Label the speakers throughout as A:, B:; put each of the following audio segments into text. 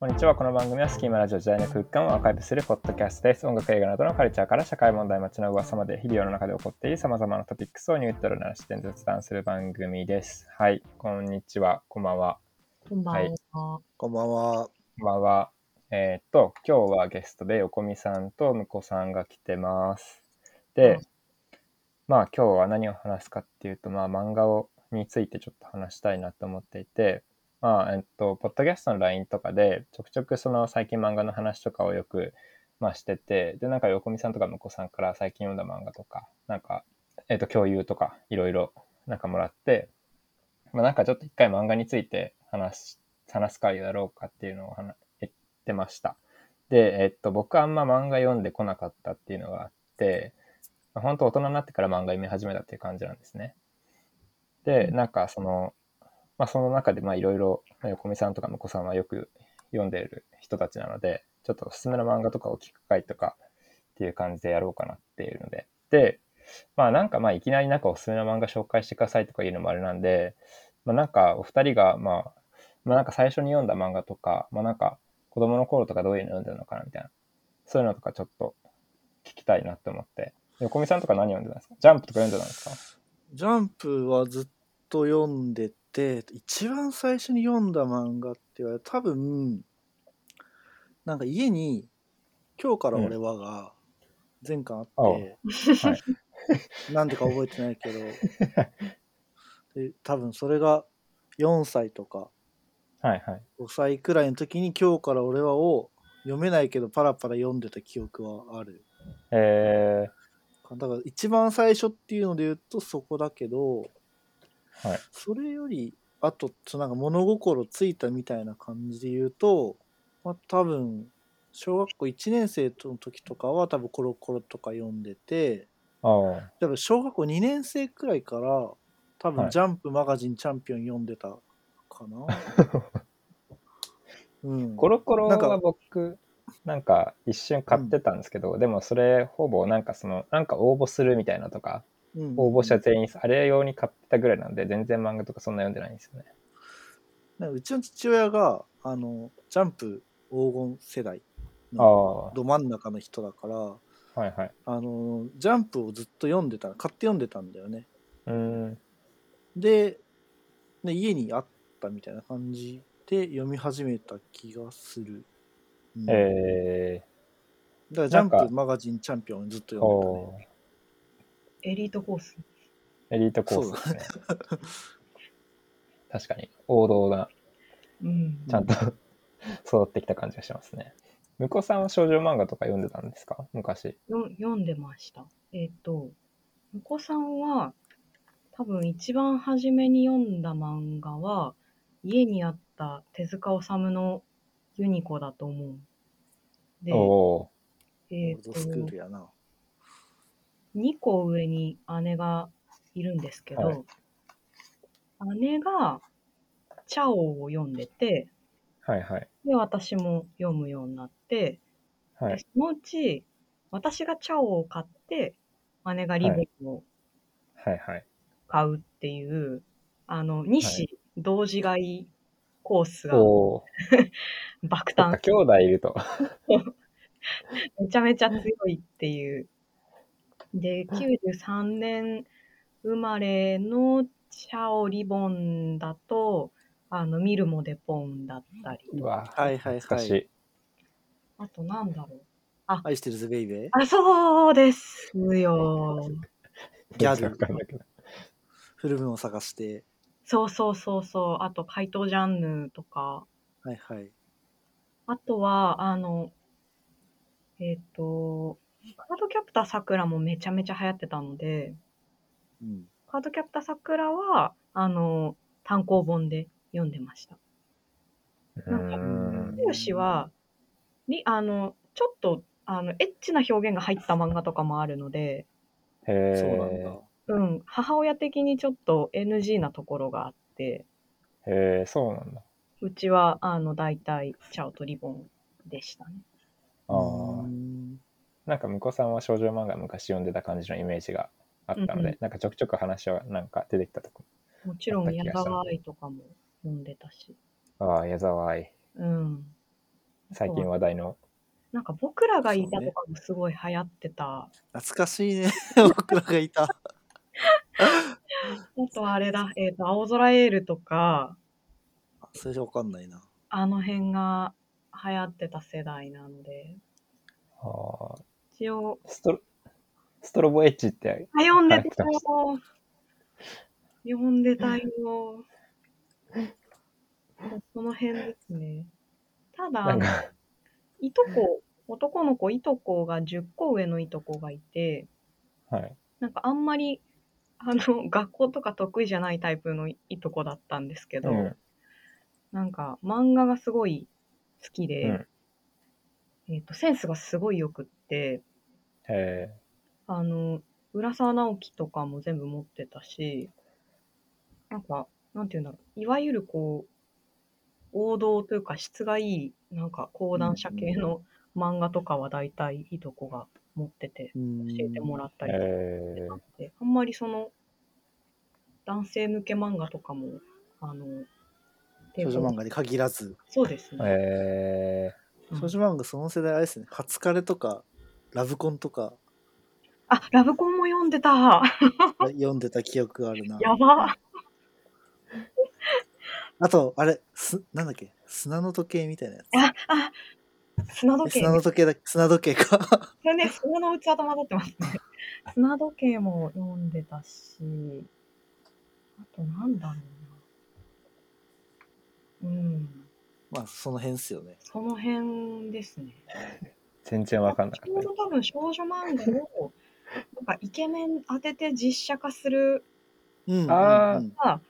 A: こんにちは。この番組はスキーマラジオ時代の空間をアーカイブするポッドキャストです。音楽、映画などのカルチャーから社会問題、街の噂まで、日々の中で起こっている様々なトピックスをニュートラルな視点で雑談する番組です。はい。こんにちは。こんばんは。
B: こんばんは。
C: こんばんは。
A: こんばんは。えーっと、今日はゲストで横見さんと向こさんが来てます。
B: う
A: で
B: ん、
A: まあ今日は何を話すかっていうと、まあ漫画をについてちょっと話したいなと思っていて、まあ、えっと、ポッドキャストの LINE とかで、ちょくちょくその最近漫画の話とかをよく、まあ、してて、で、なんか横見さんとか向こうさんから最近読んだ漫画とか、なんか、えっと、共有とか、いろいろなんかもらって、まあ、なんかちょっと一回漫画について話し、話す会をやろうかっていうのを話言ってました。で、えっと、僕あんま漫画読んでこなかったっていうのがあって、まあ本当大人になってから漫画読み始めたっていう感じなんですね。で、なんかその、まあ、その中でまあいろいろまあ横見さんとか婿さんはよく読んでいる人たちなのでちょっとおすすめの漫画とかを聞く会とかっていう感じでやろうかなっていうのででまあなんかまあいきなりなんかおすすめの漫画紹介してくださいとかいうのもあれなんで、まあ、なんかお二人がまあまあなんか最初に読んだ漫画とかまあなんか子供の頃とかどういうの読んでるのかなみたいなそういうのとかちょっと聞きたいなって思って横見さんとか何読んでたんですかジャンプとか読んでたんですか
C: ジャンプはずっと読んでて、一番最初に読んだ漫画って言われ多分、なんか家に、今日から俺はが全巻あって、
A: おうは
C: なんでか覚えてないけど、で多分それが4歳とか
A: はいはい
C: 5歳くらいの時に今日から俺はを読めないけどパラパラ読んでた記憶はある。
A: え
C: だから一番最初っていうので言うとそこだけど、
A: はい
C: それよりあとちょなんか物心ついたみたいな感じで言うと、まあ、多分小学校1年生の時とかは多分コロコロとか読んでて
A: ー、おう
C: だから小学校2年生くらいから多
A: は
C: 分
A: い
C: ジャンプマガジンチャンピオン読んでたかな、 うん、
A: コロコロ
C: なんか
A: は僕なんか一瞬買ってたんですけど、でもそれほぼなんかそのなんか応募するみたいなとか
C: うん
A: 応募者全員あれ用に買ってたぐらいなんで全然漫画とかそんな読んでないんですよね
C: なんかうちの父親があのジャンプ黄金世代
A: あ
C: の
A: あは
C: ど真ん中の人だから
A: いはい
C: あのジャンプをずっと読んでた買って読んでたんだよね
A: うーん
C: でで家にあったみたいな感じで読み始めた気がする、うん
A: え
C: だからジャ
A: な
C: ン
A: んか
C: プマガジンチャンピオンずっと
A: ー、
C: 読んでたね
A: お
B: エリートコース。
A: ーエリートコースですね確かに王道な
B: うん
A: ち。ゃんと 育ってきた感じがしますね向こうさんは少女漫画とか読んでたんですか昔
B: よ読んでました。えっ、と、お子さんは、多分一番初めに読んだ漫画は、家にあった手塚治虫のユニコだと思う。で
A: お、お
B: えっ、
C: オールドスクー
B: と
C: ル、やな
B: 2個上に姉がいるんですけど、
A: はい
B: 姉が、チャオを読んでて、
A: ーはいはい
B: で、私も読むようになって、
A: は
B: で
A: い
B: そのうち、私がチャオを買って、姉がリボンを
A: はいはい
B: 買うっていう、あの、日誌同時買いコースが
A: おおー
B: 爆
A: そっか
B: 誕、
A: 兄弟いると
B: めちゃめちゃ強いっていう。で、93年生まれのチャオリボンだと、あの、ミルモデポンだったり、
A: うわ
C: はいはいはい
A: 懐かしい
B: あとなんだろう。
C: 愛してるぜベイベー
B: あ、そうですよ。
C: ギャル
A: わかんないけど
C: 古文を探して
B: そうそうそうそう。あと、怪盗ジャンヌとか、
C: はいはい
B: あとは、あの、えっ、と、カードキャプターさくらもめちゃめちゃ流行ってたので、
C: うん
B: カードキャプターさくらは、あの、単行本で読んでました。なんか
A: うーん
B: よしは、に、あの、ちょっと、あの、エッチな表現が入った漫画とかもあるので、
A: へえ
C: そうなんだ
B: うん、母親的にちょっと NG なところがあって、
A: へえそうなんだ
B: うちは、あの、大体、チャオとリボンでしたね。
A: あー
C: うん
A: なんか向こうさんは少女漫画昔読んでた感じのイメージがあったの
B: うん
A: で、
B: うん
A: なんかちょくちょく話はなんか出てきたとこ
B: もちろ
A: あっ
B: ん、
A: た気
B: 矢
A: がした
B: 沢愛とかも読んでたし、
A: ああ矢沢愛
B: うん。
A: 最近話題の。
B: なんか僕らがいたとかもすごい流行ってた。
C: 懐かしいね 僕らがいた
B: あとあれだ、えっ、と、青空エールとか、
C: それじゃわかんないな
B: あの辺が流行ってた世代なので、
A: あー
B: 一応、
A: ストロストロボエッジって、
B: あ、読んでたよ。読んでたよ。その辺ですね。ただ、
A: なんか、
B: いとこ、男の子、いとこが10個上のいとこがいて、
A: はい。
B: なんかあんまり、あの、学校とか得意じゃないタイプのいとこだったんですけど、
A: うん
B: なんか漫画がすごい好きで、えっ、と、センスがすごいよくって、
A: え
B: あの、浦沢直樹とかも全部持ってたし、なんか、なんていうんだろう、いわゆるこう、王道というか質がいい、なんか講談社系の漫画とかは大体いいとこが持ってて、
C: 教
B: 教えても
C: ら
B: らっ
A: ー
B: たりとか
A: えー
B: であんまりその、男性向け漫画とかも、あの、
C: 少女漫
B: 画
C: 画に限らず
B: そうですね。
A: え
B: うん
C: 少女漫画その世代あれですね「初カレ」とか「ラブコン」とか
B: あ、ラブコンも読んでた
C: 読んでた記憶あるな
B: やば
C: あとあれすなんだっけ砂の時計みたいなやつ
B: あ、あ、砂時計。
C: え砂の時計だ砂時計か
B: それね、砂の器と混ざってますね。 砂時計も読んでたし、あとなんだろうな。うん、
C: まあその辺っすよね
B: その辺ですね。
A: ー全然わかんなか
B: ち
A: っ
B: ょうど多分少女漫画を、なんかイケメン当てて実写化する
C: うんうん
A: あー
C: うん
B: が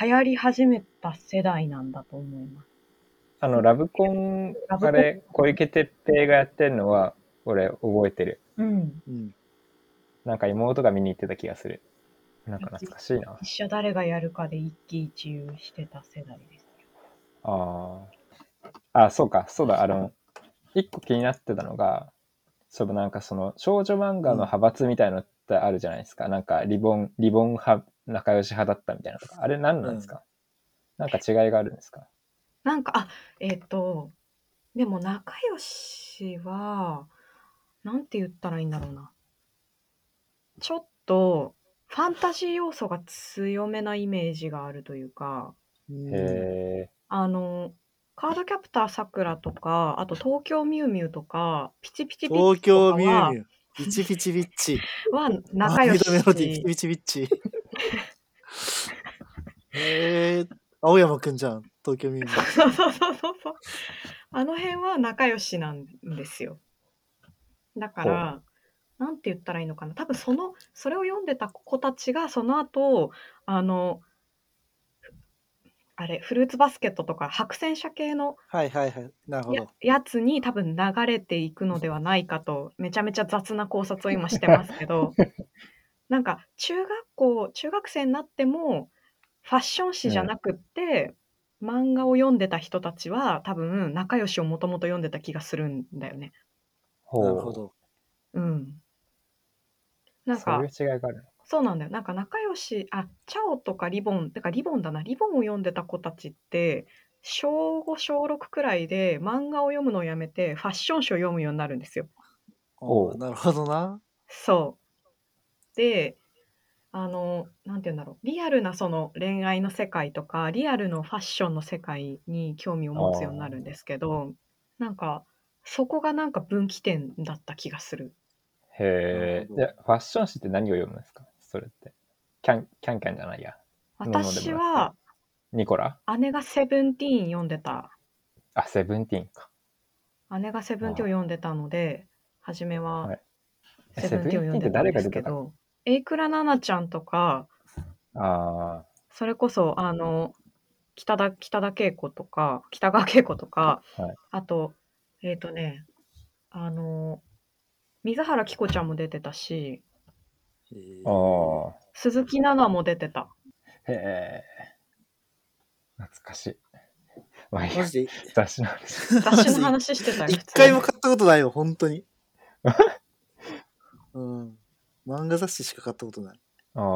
B: 流行り始めた世代なんだと思います。
A: た。あの、ラブコン、
B: ラブコン
A: あれ、小池徹平がやってるのは、俺、覚えてる。
B: うん。
C: うん
A: なんか妹が見に行ってた気がする。なんか懐かしいな。
B: 実写誰がやるかで一喜一憂してた世代です。
A: ああ。あ、そうか、そうだ、あの、一個気になってたのが、そうなんかその少女漫画の派閥みたいのってあるじゃないですか。なんかリボン、リボン派、仲良し派だったみたいなとか。あれ何なんですか、なんか違いがあるんですか
B: なんか、あ、えっ、と、でも仲良しは、なんて言ったらいいんだろうな。ちょっと、ファンタジー要素が強めなイメージがあるというか、
C: うん
A: へえ。
B: あの、カードキャプターさくらとか、あと東京ミュウミュウとか、ピチピチピッ
C: 東
B: チと
C: 京
B: か
C: ミュ
B: は
C: ウミュウピチピチビッチ
B: は仲良し。
C: メロディーピチピチビッチへえ青山くんじゃん東京ミュウミュウ
B: そうそうそうそうそう。あの辺は仲良しなんですよ。だから、なんて言ったらいいのかな。多分その、それを読んでた子たちが、その後、あの、あれ、フルーツバスケットとか、白戦車系の
C: はいはいはいなるほ
B: や
C: ど
B: やつに多分流れていくのではないかと、めちゃめちゃ雑な考察を今してますけど、なんか、中学校、中学生になっても、ファッション誌じゃなくって、漫画を読んでた人たちは、多分、仲良しをもともと読んでた気がするんだよね。
A: ほう
C: なるほど
B: うん。なん
A: そう
B: か
A: いう、違いがある
B: そうなんだよ。なんか仲良し、あ、チャオとかリボン、てかリボンだな、リボンを読んでた子たちって、小5、小6くらいで漫画を読むのをやめて、ファッション誌を読むようになるんですよ。
A: おう
C: なるほどな
B: そう。で、あの、なんて言うんだろう、リアルなその恋愛の世界とか、リアルのファッションの世界に興味を持つようになるんですけど、なんか、そこがなんか分岐点だった気がする。
A: へえ。
C: なるほど
A: で、ファッション誌って何を読むんですかそれって。キャン、キャンキャンじゃないや。なるほど
B: 私は、
A: ニコラ
B: 姉がセブンティーン読んでた
A: あ、セブンティーンか。
B: 姉がセブンティーンを読んでたので、初め
A: は
B: はい
A: え
B: セブンティーンを読んで
A: セブンティーンって
B: たん
A: 誰
B: で
A: が出
B: すけ
A: てた
B: ど、エイクラナナちゃんとか、
A: あ
B: それこそ、あの、北田、北田恵子とか、北川景子とか、
A: はい
B: あと、えっ、とね、あの、水原希子ちゃんも出てたし、
C: へー
A: あ。ああ。
B: 鈴木奈々も出てた。
A: へえ。懐かしい。まあいいや
C: マジで
A: 雑誌の話。
B: 雑誌の話してたよ。
C: 一回も
B: 普通
C: 買ったことないよ本 当にうん漫画雑誌しか買ったことない
A: ああ。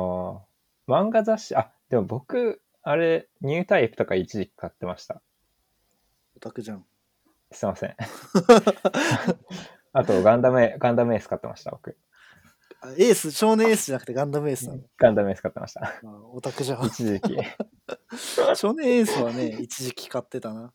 A: 漫画雑誌、あ、でも僕、あれ、ニュータイプとか一時期買ってました。
C: オタクじゃん
A: すいません。あと、ガンダムエ、ガンダムエース買ってました、僕。
C: あエース、少年エースじゃなくてガンダムエースなの。
A: ガンダムエース買ってました。
C: あオタクじゃん。
A: 一時期。
C: 少年エースはね、一時期買って たな。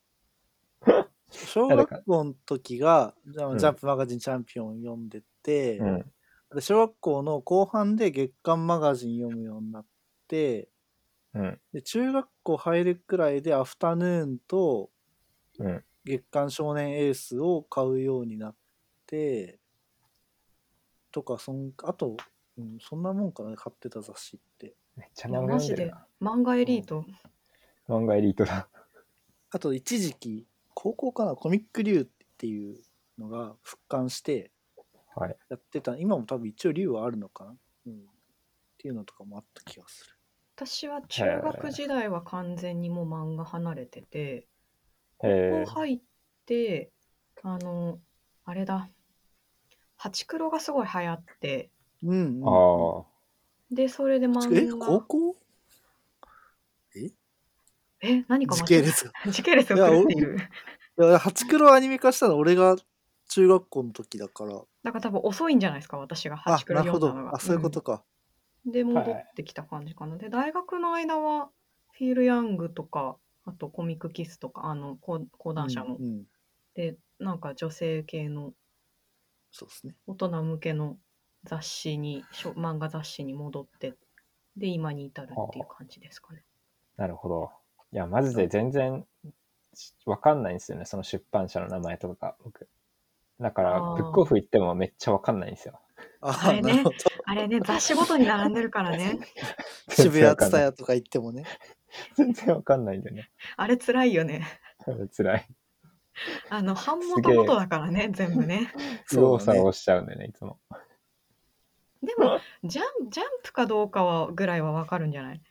C: 小学校の時が、じゃ
A: う
C: あ
A: ん
C: ジャンプマガジンチャンピオン読んでて、
A: うん。
C: で小学校の後半で月刊マガジン読むようになって、
A: うん。
C: で中学校入るくらいでアフタヌーンと
A: うん。
C: 月刊少年エースを買うようになって、とか、そんあと、うん、そんなもんかな、買ってた雑誌って。
A: めっちゃ漫画読んでるな。
B: 漫画エリート。
A: 漫画エリートだ。
C: あと一時期高校かなコミック竜っていうのが復刊して
A: はい。
C: やってた今も多分一応竜はあるのかな、うん、っていうのとかもあった気がする
B: 私は中学時代は完全にもう漫画離れてて、
A: え
B: 高校入って、あの、あれだ、ハチクロがすごい流行って、
C: うん、
A: ー、
C: う
A: あ
C: ん、
A: あ。
B: で、それで漫画。
C: え高校
B: え、何か
C: 時
B: 間違
C: 系
B: え
C: 列が
B: た時系列を狂ってい
C: い
B: る。
C: いやハチクロアニメ化したの俺が中学校の時だから
B: だから多分遅いんじゃないですか、私がハ
C: あ
B: チクロ
C: なる
B: 読
C: ほ
B: んだ
C: ど
B: のが。
C: あそういうことか、
B: うんで、戻ってきた感じかな。で、大学の間は、フィール・ヤングとか、あとコミック・キスとか、あの、講講
C: うん
B: 談社の、
C: うん
B: で、なんか女性系の
C: そうですね
B: 大人向けの雑誌に、しょ漫画雑誌に戻って、で、今に至るっていう感じですかね。
A: なるほど。いや、マジで全然しわかんないんですよね、その出版社の名前とか、僕。だから
B: あ、ー
A: ブックオフ行ってもめっちゃわかんないんですよ。
C: あ
B: あれね
C: なるほど
B: あれね、雑誌ごとに並んでるから ね。
C: 渋谷
A: 伝
C: 蔦屋とか行ってもね
A: 全然わかんないんだよ ね。
B: あれ辛いよね。
A: 辛い。
B: あの、版元ごとだからね、全部ね。
A: 右往
C: そうだ
A: 左
C: ね
A: 往しちゃうんだよね、いつも。
B: でも、ジャンジャンプかどうかはぐらいはわかるんじゃない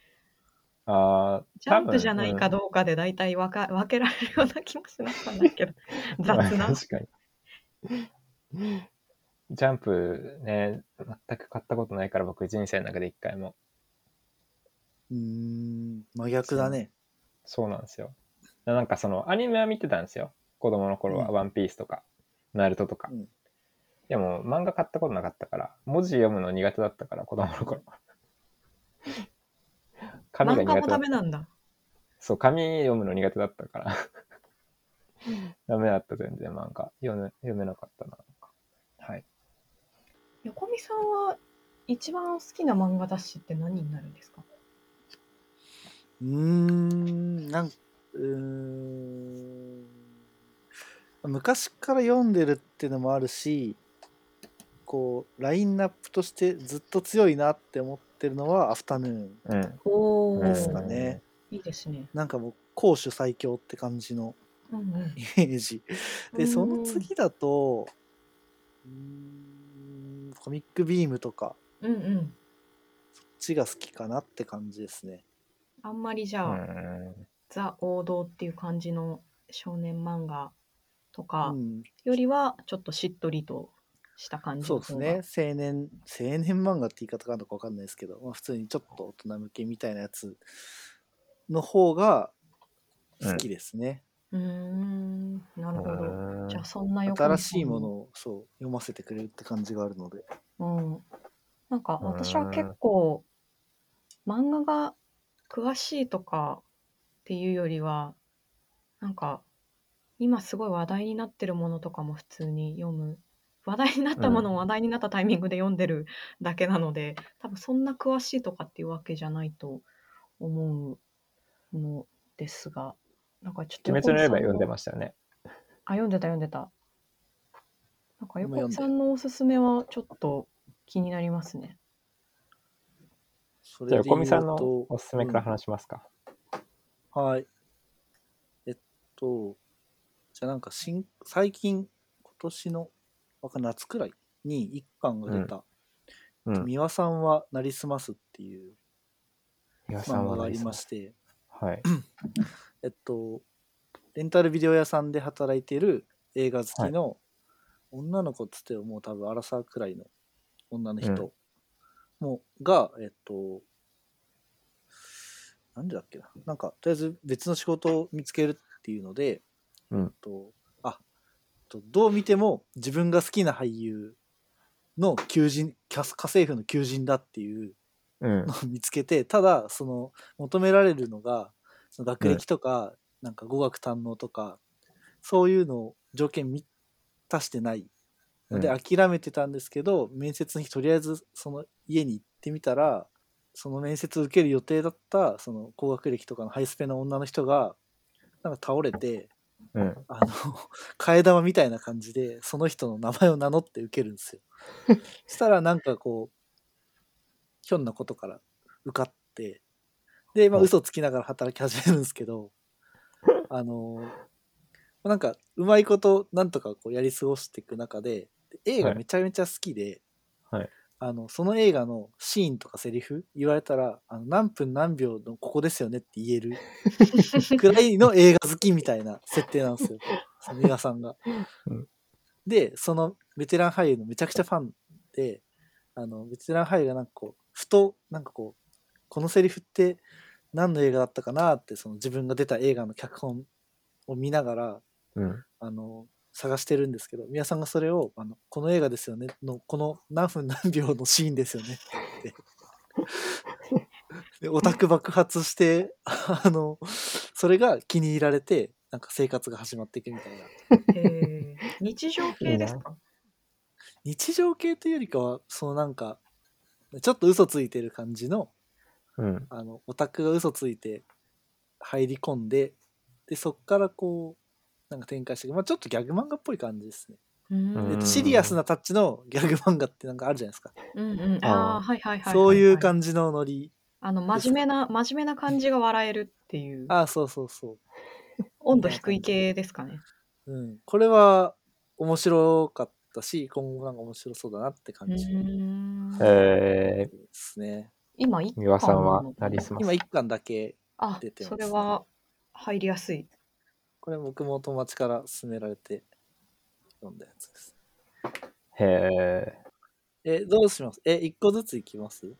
A: ああ、
B: ジャンプじゃない
A: 多分
B: かどうかで大体わか分けられるような気もしなかったんだ けど、雑 な。
A: 確かに。ジャンプね、全く買ったことないから僕人生の中で一回も。
C: うーん真逆だね
A: そうなんですよ。なんかそのアニメは見てたんですよ。子供の頃は、
C: うん
A: ワンピースとか、ナルトとか。
C: うん
A: でも漫画買ったことなかったから、文字読むの苦手だったから、子供の 頃。紙が苦
B: 漫画
A: 手
B: も
A: だ
B: ダ
A: っ
B: メ
A: た。
B: なんだ。
A: そう、紙読むの苦手だったから。ダメだった、全然漫画。読め読めなかったな。はい。
B: 横見さんは一番好きな漫画雑誌って何になるんですか
C: うーん、なん、うーん。昔から読んでるっていうのもあるし、こう、ラインナップとしてずっと強いなって思ってるのはアフタヌーン
A: うん。
B: お
A: ー
C: ですかね。
B: いいですね。
C: なんかもう、攻守最強って感じの
B: うん
C: イメージ。
B: うん、
C: で、その次だと、うーん、コミックビームとか、
B: うんうん。
C: こっちが好きかなって感じですね。
B: あんまりじ
A: う
B: ゃあ、
A: ん
B: ザ王道っていう感じの少年漫画と
C: う
B: か
C: ん、
B: よりはちょっとしっとりとした感じ
C: そ
B: の
C: うです
B: 方が
C: ね青年 青年漫画って言い方があるのか分かんないですけど、まあ、普通にちょっと大人向けみたいなやつの方が好きですね、
B: うーんなるほど。
A: うん
B: じゃあそんな横見さん
C: 新しいものをそう読ませてくれるって感じがあるので
B: うん、なんか
A: うん
B: 私は結構漫画が詳しいとかっていうよりはなんか今すごい話題になってるものとかも普通に読む話題になったもの
A: う
B: を
A: ん
B: 話題になったタイミングで読んでるだけなので、多分そんな詳しいとかっていうわけじゃないと思うのですがなんかちょっと
A: 鬼滅の刃読んで
B: す
A: ましたよね。
B: あ、読んでた読んでた。なんか横
C: 今読ん
B: 井
C: で
B: さんのおすすめはちょっと気になりますね。
C: そ
A: じゃあ、
C: れで
A: 横
C: 言う
A: 見さんの
C: と
A: おすすめから話しますか。
C: はいえっとじゃあなんか新最近今年のわかん夏くらいに1巻が出た
A: うん
C: 「三輪さんはなりすます」っていう
A: 岩さ
C: 漫
A: ん
C: 画
A: は
C: があ
A: 何で
C: り
A: すか
C: まして
A: はい。
C: えっと、レンタルビデオ屋さんで働いてる映画好きの、女の子っつってももう多分アラサーくらいの女の人も、が、えっと、なんでだっけな。なんか、とりあえず別の仕事を見つけるっていうので、
A: うん
C: えっと、あ、と、どう見ても自分が好きな俳優の求人、キャス家政婦の求人だっていう
A: うん
C: のを見つけて、ただ、その、求められるのが、その学歴とか、なんか語学堪能とか、そういうのを条件満たしてない
A: うん
C: で諦めてたんですけど面接の日とりあえずその家に行ってみたらその面接受ける予定だったその高学歴とかのハイスペの女の人がなんか倒れて
A: うん
C: あの 替え玉みたいな感じでその人の名前を名乗って受ける んですよ。そしたらなんかこうひょんなことから受かってでまあ
A: はい
C: 嘘つきながら働き始めるんですけ どあのなんかうまいことなんとかこうやり過ごしていく中でで映
A: は
C: 画
A: い
C: めちゃめちゃ好きで、
A: はい
C: あのその映画のシーンとかセリフ言われたらあの何分何秒のここですよねって言えるくらいの映画好きみたいな設定なんで すよその三輪さんが
A: うん。
C: でそのベテラン俳優のめちゃくちゃファンであのベテラン俳優がなんかこうふとなんかこうこのセリフって何の映画だったかなってその自分が出た映画の脚本を見ながら
A: うん
C: あの探してるんですけど宮さんがそれをあの「この映画ですよね」のこの何分何秒のシーンですよねって言ってでオタク爆発してあのそれが気に入られてなんか生活が始まっていくみたいな
B: えー日常系ですか
C: 日常系というよりかはそのなんかちょっと嘘ついてる感じの
A: うん
C: あのオタクが嘘ついて入り込んででそっからこうなんか展開していく、まあ、ちょっとギャグ漫画っぽい感じですね。
B: うん
A: う
C: で
A: ん
C: シリアスなタッチのギャグ漫画ってなんかあるじゃないですか、
B: うんうん、ああ、はいはいはいはい。
C: そういう
B: じ。
C: 感じのノリ、
B: あの、真面目な、真面目な感じが笑えるっていう、
C: ああそうそうそ
B: 温度低い系ですかね。
C: う、うん、これは面白かったし今後なんか面白そうだなって
B: う
C: 感じで
B: ーん
A: え
C: すね、
B: 今一
A: ー、三輪さんは
B: 巻
A: なりすま
C: 今
A: す。
C: 1巻だけ
B: あ
C: 出てます
B: それは入りやすい。
C: これ僕も友達から勧められて読んだやつです
A: へえ。
C: えどうしますえ1個ずついきます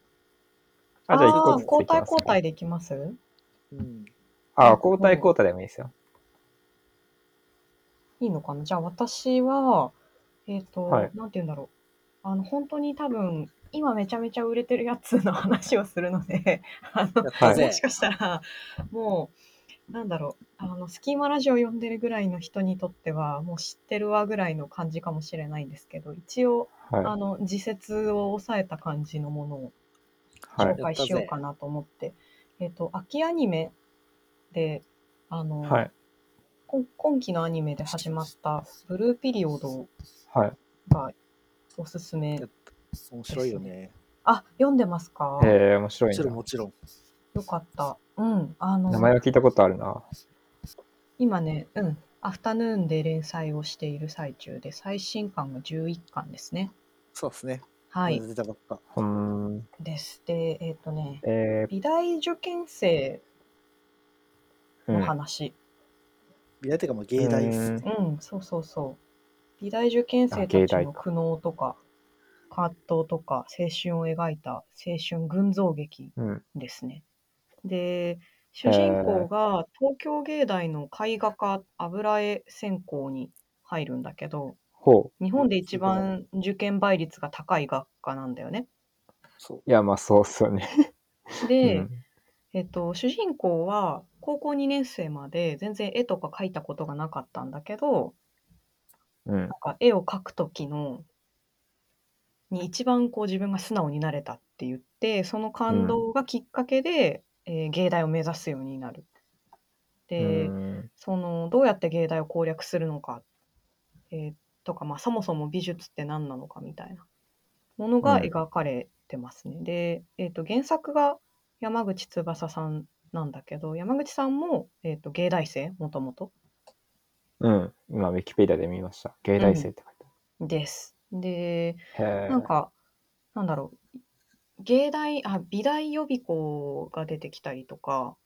A: あ、じゃあ一
B: あ
A: 個
B: あ
A: ずついきます
B: ー、交代交代でいきます
C: うん
A: あ、交代交代でもいいですよ。
B: いいのかなじゃあ私は、えっ、と、
A: はい
B: なんて言うんだろう。あの、本当に多分、今めちゃめちゃ売れてるやつの話をするので、 あの
C: や、った
A: はい
C: ぜ
B: もしかしたら、もう、なんだろう、あの、スキーマラジオを読んでるぐらいの人にとっては、もう知ってるわぐらいの感じかもしれないんですけど、一応、あ
A: は
B: の、時節を抑えた感じのものを
A: い。はい
B: 紹。介しようかなと思って、えっ、と、秋アニメで、あの、
A: はい。
B: こん今期のアニメで始まったブルーピリオド
A: はい。
B: がおすすめ
C: やっ。た面白いよね
B: あ、読んでますか、
A: えー、面白
C: も
A: い
C: ちろん
A: な
C: も。ちろん
B: よかった。うん。あ
A: 名前
B: の、
A: は聞いたことあるな。
B: 今ね、うん。アフタヌーンで連載をしている最中で、最新刊が11巻ですね。
C: そうですね、
B: はい。
C: 出たばっか
A: うーん。
B: です。で、えっ、とね、
A: え
B: 美大受験生
A: ー、う
B: の
A: ん。
B: 話。
C: 美大っていうかまあ芸大ですね
B: うん、そうそうそう。美大受験生たちの苦悩とか、葛藤とか、青春を描いた青春群像劇
A: うん。
B: ですね。で、主人公が東京芸大の絵画科油絵専攻に入るんだけど、
A: ほう。
B: 日本で一番受験倍率が高い学科なんだよね。
C: そう
A: いや、まあそうっすよね。
B: で、
A: うん
B: えっと、主人公は高校2年生まで全然絵とか描いたことがなかったんだけど、
A: うん。
B: なんか絵を描く時のに一番こう自分が素直になれたって言ってその感動がきっかけで、えー芸大を目指すようになる。
A: う
B: で、
A: ん。
B: そのどうやって芸大を攻略するのか、えーとか、まあ、そもそも美術って何なのかみたいなものが
A: うん
B: 描かれてますね。で、えー、と原作が山口翼さんなんだけど山口さんも、えー、と芸大生もともと
A: うん。今、ウィキペディアで見ました。芸大生って書いて
B: です。で
A: ある。へえ。
B: なんか、なんだろう、芸大、あ、美大予備校が出てきたりとか、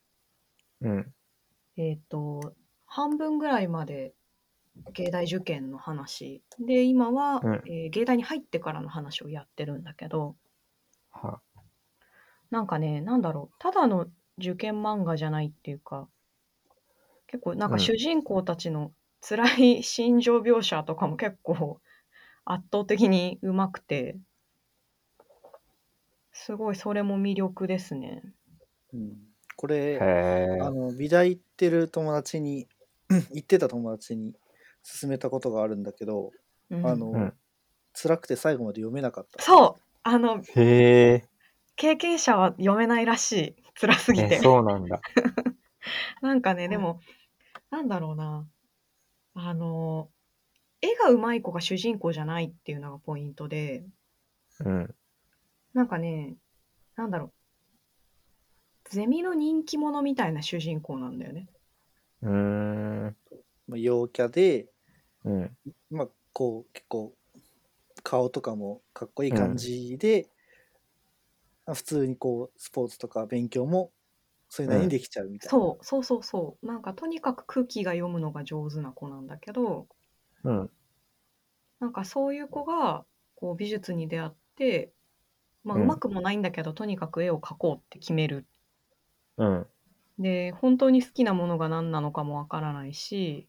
A: うん。
B: えっ、と、半分ぐらいまで芸大受験の話で、今は、
A: うん
B: えー芸大に入ってからの話をやってるんだけど、
A: は
B: なんかね、なんだろう、ただの受験漫画じゃないっていうか、結構な
A: う
B: んか
A: ん
B: 主人公たちの辛い 心情描写とかも結構圧倒的にうまくて、すごいそれも魅力ですね。
C: うん、これ、
A: へえ。
C: あの美大行ってる友達に 行ってた友達に勧めたことがあるんだけど、
B: うん
C: あの、
A: うん
C: 辛くて最後まで読めなかった
B: そうあの
A: へえ。
B: 経験者は読めないらしい辛すぎ
A: え、
B: て。
A: そうなんだ。
B: なんかねでも、なんだろうなあの絵がうまい子が主人公じゃないっていうのがポイントで
A: うん。
B: なんかねなんだろうゼミの人気者みたいな主人公なんだよね。
A: うーん。
C: まあ陽キャで
A: うん。
C: まあこう結構顔とかもかっこいい感じで、あ普通にこうスポーツとか勉強もそれなりにできちゃうみたいな、
B: そうそうそうそうなんかとにかく空気が読むのが上手な子なんだけど
A: うん。
B: なんかそういう子がこう美術に出会ってまあ
A: うん
B: うまくもないんだけど、とにかく絵を描こうって決める
A: うん。
B: で本当に好きなものが何なのかもわからないし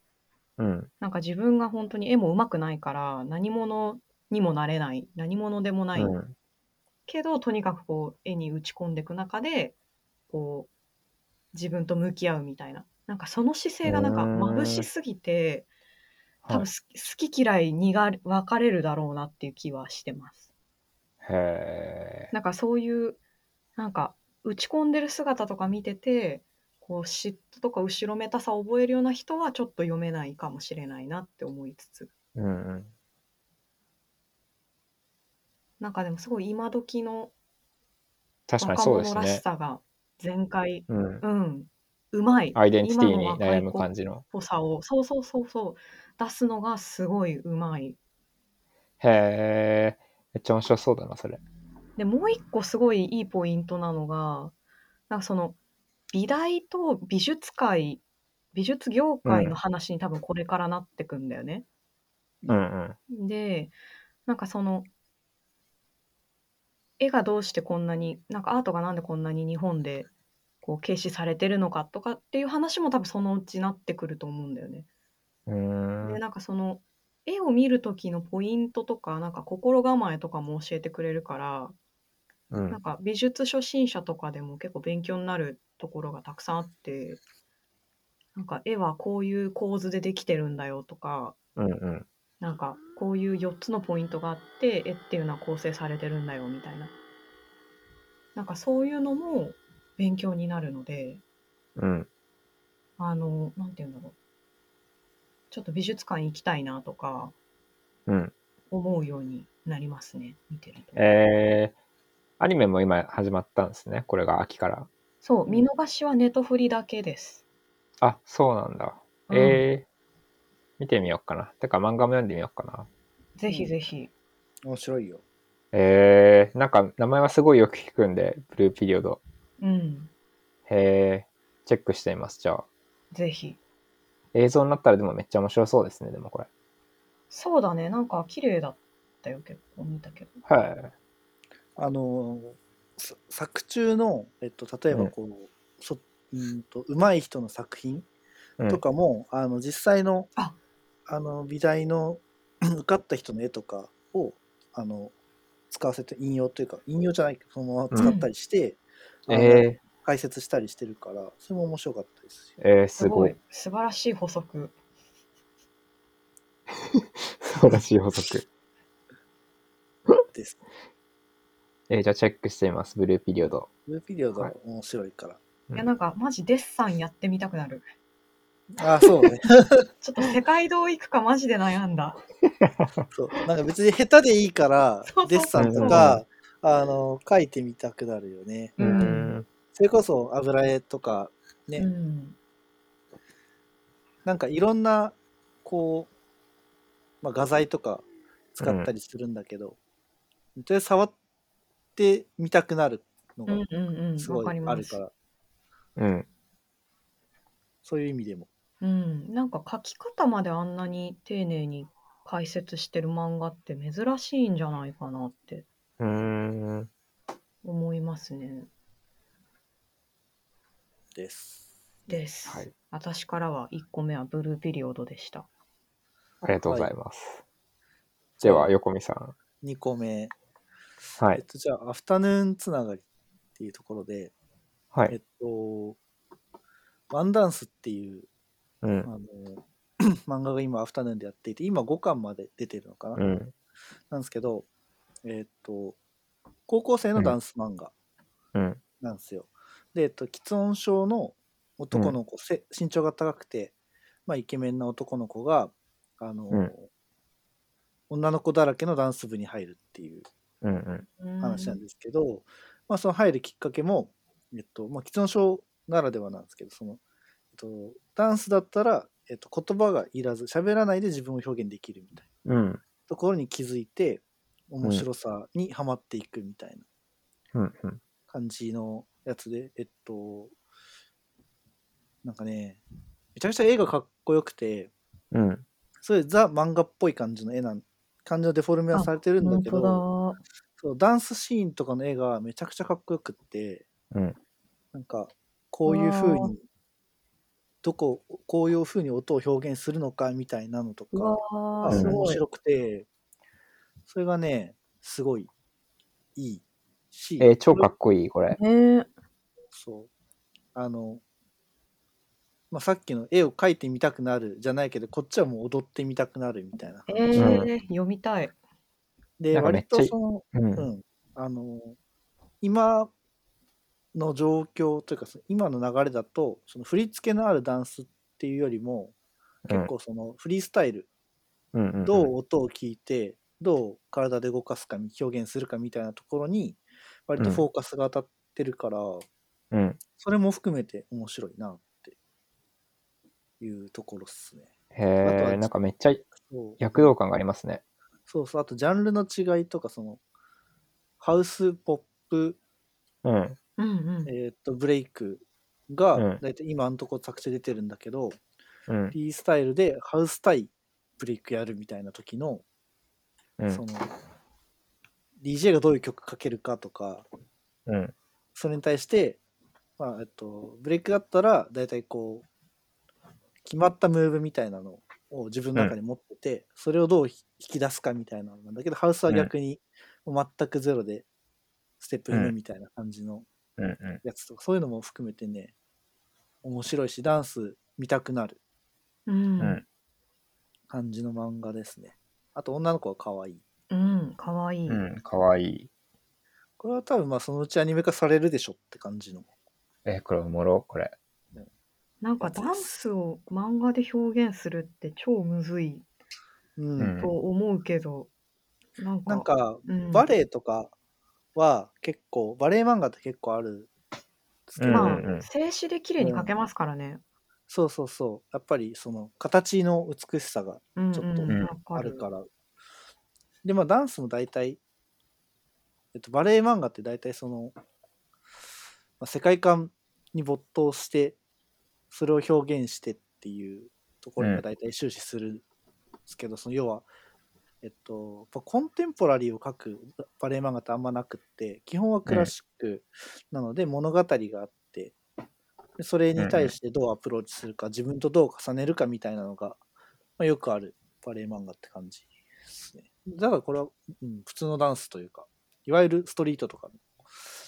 A: うん。
B: なんか自分が本当に絵も上手くないから何者にもなれない何者でもない、
A: うん。
B: けどとにかくこう絵に打ち込んでいく中でこう自分と向き合うみたいななんかその姿勢がなんか
A: へー
B: 眩しすぎて
A: は
B: 多分
A: い
B: 好き好き嫌いにが分かれるだろうなっていう気はしてます。
A: へえ。
B: なんかそういうなんか打ち込んでる姿とか見ててこう嫉妬とか後ろめたさを覚えるような人はちょっと読めないかもしれないなって思いつつ
A: うんうん。
B: なんかでもすごい今時の
A: 確かに
B: 若
A: そうで
B: 者
A: す
B: らし
A: ね。
B: さが全開
A: うん
B: う。んうまい
A: アイデンティティに
B: 今の若
A: 悩
B: い
A: む
B: 子
A: 感じの。
B: ぽさをそうそうそうそう出すのがすごいうまい
A: へえ。めっちゃ面白そうだな、それ。
B: でもう一個すごいいいポイントなのがなんかその美大と美術界美術業界の話に多分これからなってくんだよね。
A: うんうん。
B: でなんかその絵がどうしてこんなになんかアートがなんでこんなに日本でこう軽視されてるのかとかっていう話も多分そのうちなってくると思うんだよね。
A: うーん
B: でなんかその絵を見る時のポイントとかなんか心構えとかも教えてくれるから、
A: うん
B: なんか美術初心者とかでも結構勉強になるところがたくさんあってなんか絵はこういう構図でできてるんだよとか
A: うんうん
B: なんかこういう4つのポイントがあって絵っていうのは構成されてるんだよみたいななんかそういうのも勉強になるので
A: うん
B: あのなんて言うんだろうちょっと美術館行きたいなとか
A: うん
B: 思うようになりますね、見てると。
A: えー、アニメも今始まったんですね、これが秋から。
B: そう、見逃しはネットフリだけです。
A: あ、そうなんだ。
B: うん
A: えー、見てみようかな。てか漫画も読んでみようかな。
B: ぜひぜひ。
C: 面白いよ
A: えー、なんか名前はすごいよく聞くんで、ブルーピリオド。
B: うん、
A: えー、チェックしています、じゃあ。
B: ぜひ。
A: 映像になったらでもめっちゃ面白そうですね、でもこれ。
B: そうだね、なんか綺麗だったよ、結構見たけど。
A: はい。
C: あのさ作中の、えっと、例えばこう、そうんと上手い人の作品
A: うん
C: とかも、あの実際の
B: あ
C: あの美大の受かった人の絵とかをあの使わせて引用というか引用じゃないけどそのまま使ったりして、あの
A: え
C: 解説したりしてるからそれも面白かったですし
A: ー、えー、すごい。
B: 素晴らしい補足。
A: 素晴らしい補足。
C: です。
A: えー、じゃあチェックしています、ブルーピリオド。
C: ルーピリオド
A: は
C: はい面白いから。
A: うん
B: いや、なんかマジデッサンやってみたくなる。
C: ああそうね。
B: ちょっと世界堂行くかマジで悩んだ。
C: そうなんか別に下手でいいから
B: そうそう
C: デッサンとかあの書いてみたくなるよね。
A: う
B: う
A: ー
B: ん
A: ん。
C: それこそ油絵とかね
B: うん。
C: なんかいろんなこう、まあ、画材とか使ったりするんだけど、とりあえず触ってみたくなるの
B: う
C: が
B: んうん
C: す
B: うん。わ
C: ごい
B: か
C: あ
B: り
C: る
B: ま
C: から、
B: す。
A: うん。
C: そういう意味でも。
B: うん。なんか書き方まであんなに丁寧に解説してる漫画って珍しいんじゃないかなって
A: うーん。
B: 思いますね。
C: です。
B: です。
A: はい
B: 私からは1個目はブルーピリオドでした。
A: ありがとうござい
C: ま
A: ます。では、横見さん。
C: す。2個目。
A: は
C: えっ
A: い。
C: と、じゃあ、アフタヌーンつながりっていうところで、
A: は
C: えっ
A: い。
C: と、ワンダンスっていう、
A: う
C: あ
A: ん。
C: の、 漫画が今、アフタヌーンでやっていて、今5巻まで出てるのかな、
A: うん。
C: なんですけど、えっと、高校生のダンス漫画
A: うん。
C: なんですよ。で、えっと、喫音症の男の子、せ身長が高くて、まあ、イケメンな男の子が、あの、
A: うん
C: 女の子だらけのダンス部に入るっていう
A: うん。うん。
C: 話なん
B: す。
C: ですけど、まあ、その入るきっかけも、えっとまあ、既存症ならではなんですけどその、えっと、ダンスだったら、えっと、言葉がいらず喋らないで自分を表現できるみたいな
A: うん。
C: ところに気づいて面白さにはまっていくみたいな
A: うん。うん。
C: 感じのやつで、えっとなんかねめちゃくちゃ絵がかっこよくて
A: うん。
C: それザ漫画っぽい感じの絵なん感じのデフォルメはされてるんだ
B: 本
C: けど
B: 当
C: そうダンスシーンとかの絵がめちゃくちゃかっこよくって、
A: うん
C: なんかこういう風
B: うわ
C: にどここういう風に音を表現するのかみたいなのと
B: だ。う
C: か
B: わ
C: が
B: ーす
C: 面
B: ごい。
C: 白くてそれがねすごいいいし、
A: えー超かっこいい、これ。
B: ね
C: そうあの、まあ、さっきの絵を描いてみたくなるじゃないけどこっちはもう踊ってみたくなるみたいな
B: えー、読みたい。
C: で
A: なんかめっ
C: 割
A: ちゃい
C: と
A: い
C: その
A: う。
C: うんん、あの今の状況というかその今の流れだとその振り付けのあるダンスっていうよりも
A: うん
C: 結。構そのフリースタイル、
A: うんうん。
C: どう音を聞いてどう体で動かすか表現するかみたいなところに割とフォーカスが当たってるから、
A: うん。
C: それも含めて面白いなっていうところっすね。
A: へ
C: あとは
A: え、なんかめっちゃ
C: そう
A: 躍動感がありますね。
C: そうそうあとジャンルの違いとかそのハウスポップ
A: うん。
B: うんうん。
C: えーっとブレイク
A: うん
C: が大体今のとこ作中出てるんだけど、
A: うん
C: フ。リースタイルでハウス対ブレイクやるみたいな時の、
A: う
C: そ
A: ん。
C: の DJ がどういう曲かけるかとか
A: うん。
C: それに対して、まあえっと、ブレイクだったら大体こう決まったムーブみたいなのを自分の中に持ってて、それをどう引き出すかみたいなのなんだけどハウスは逆にもう全くゼロでステップ踏むみたいな感じの
A: うん。う
C: やつとか、そういうのも含めてね面白いしダンス見たくなる
B: うん
A: ん。うん。
C: 感じの漫画ですねあと女の子は可愛い
B: うん、かわいい。
A: うん、かわいい。
C: これは多分まあそのうちアニメ化されるでしょって感じの
A: えーこれおもろ、これ。
B: なんかダンスを漫画で表現するって超むずい
C: うん、
A: うん
B: と思うけど、なんか
C: なんか
B: うん
C: バレエとかは結構バレエ漫画って結構あるんですけど、
B: まあ、
A: うんうんうん
B: 静止で綺麗に描けますからね。
C: そうそうそうやっぱりその形の美しさが
B: うん、うん、
C: ちょっと
A: うん
B: わ
C: あるから、でまあダンスも大体、えっと、バレエ漫画って大体その、まあ、世界観に没頭してそれを表現してっていうところ
A: うん
C: が大体終始するんですけど、その要は、えっと、やっぱコンテンポラリーを書くバレエ漫画ってあんまなくって基本はクラシックなので物語があってでそれに対してどうアプローチするか、自分とどう重ねるかみたいなのが、まあ、よくあるバレエ漫画って感じですね。だからこれは、うん、普通のダンスというか、いわゆるストリートとかの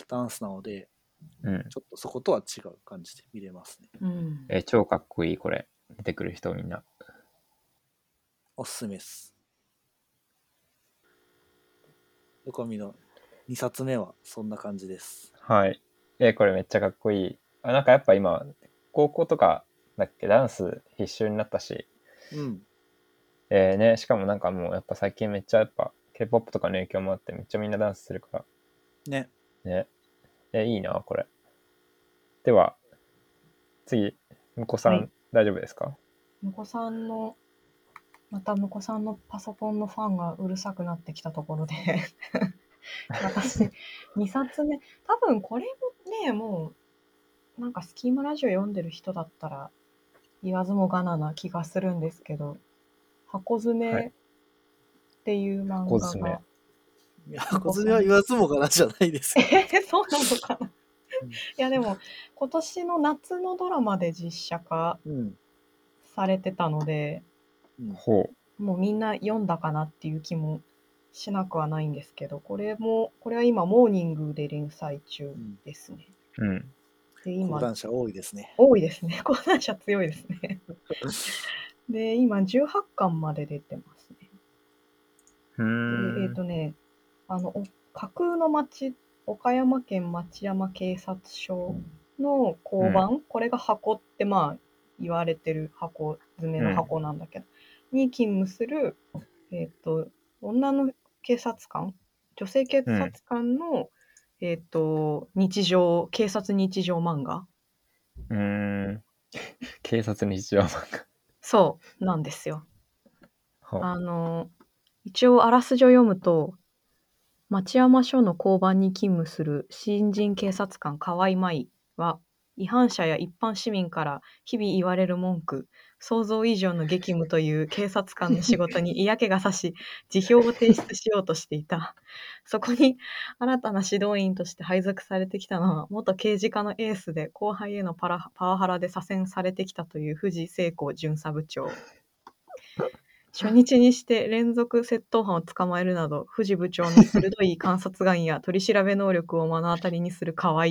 C: ダンスなので、
A: うん。
C: ちょっとそことは違う感じで見れますね。
B: うん、
A: えー超かっこいい、これ。出てくる人みんな。
C: おすすめです。横見の2冊目はそんな感じです。
A: はい。えーこれめっちゃかっこいい。あ、なんかやっぱ今、高校とかだっけ、ダンス必修になったし、
C: うん。
A: えーね、しかもなんかもうやっぱ最近めっちゃやっぱ K-POP とかの影響もあってめっちゃみんなダンスするか
C: ね。
A: ら、ね。えーいいな、これ。では、次、向こうさん、
B: はい
A: 大丈夫ですか
B: 向こさんの、また向こさんのパソコンのファンがうるさくなってきたところで、私、2冊目、多分これもね、もう、なんかスキームラジオ読んでる人だったら、言わずもがなな気がするんですけど、箱詰
A: は
B: め
A: い
B: っていう漫
A: 箱
B: 画
A: 詰め
B: が、
C: いや、小杉は言わずもがなじゃないです よ。
B: えそうなのかな
C: うん
B: いやでも今年の夏のドラマで実写化
C: うん。
B: されてたので
C: うん
A: ほう。
B: もうみんな読んだかなっていう気もしなくはないんですけど、これも、これは今、モーニングで連載中ですね。
A: うん。
B: で、
C: 講
B: 今、
C: 談社多いですね。
B: 多いですね。 講談社強いですね。で、今、18巻まで出てますね。
A: う
B: でえっ、
A: ん
B: と。ね、あの、お架空の町、岡山県町山警察署の交番、これが箱って、まあ、言われてる箱、図面の箱なんだけど、に勤務する、えっ、と、女の警察官、女性警察官の、えっ、と、日常、警察日常漫画
A: うん。警察日常漫画。
B: そう、なんですよ。
A: ほう
B: あの、一応あらすじを読むと、町山署の交番に勤務する新人警察官河合舞は、違反者や一般市民から日々言われる文句、想像以上の激務という警察官の仕事に嫌気がさし、辞表を提出しようとしていた。そこに新たな指導員として配属されてきたのは、元刑事課のエースで後輩へのパラパワハラで左遷されてきたという藤聖子巡査部長。初日にして連続窃盗犯を捕まえるなど、藤部長の鋭い観察眼や取り調べ能力を目の当たりにする河合。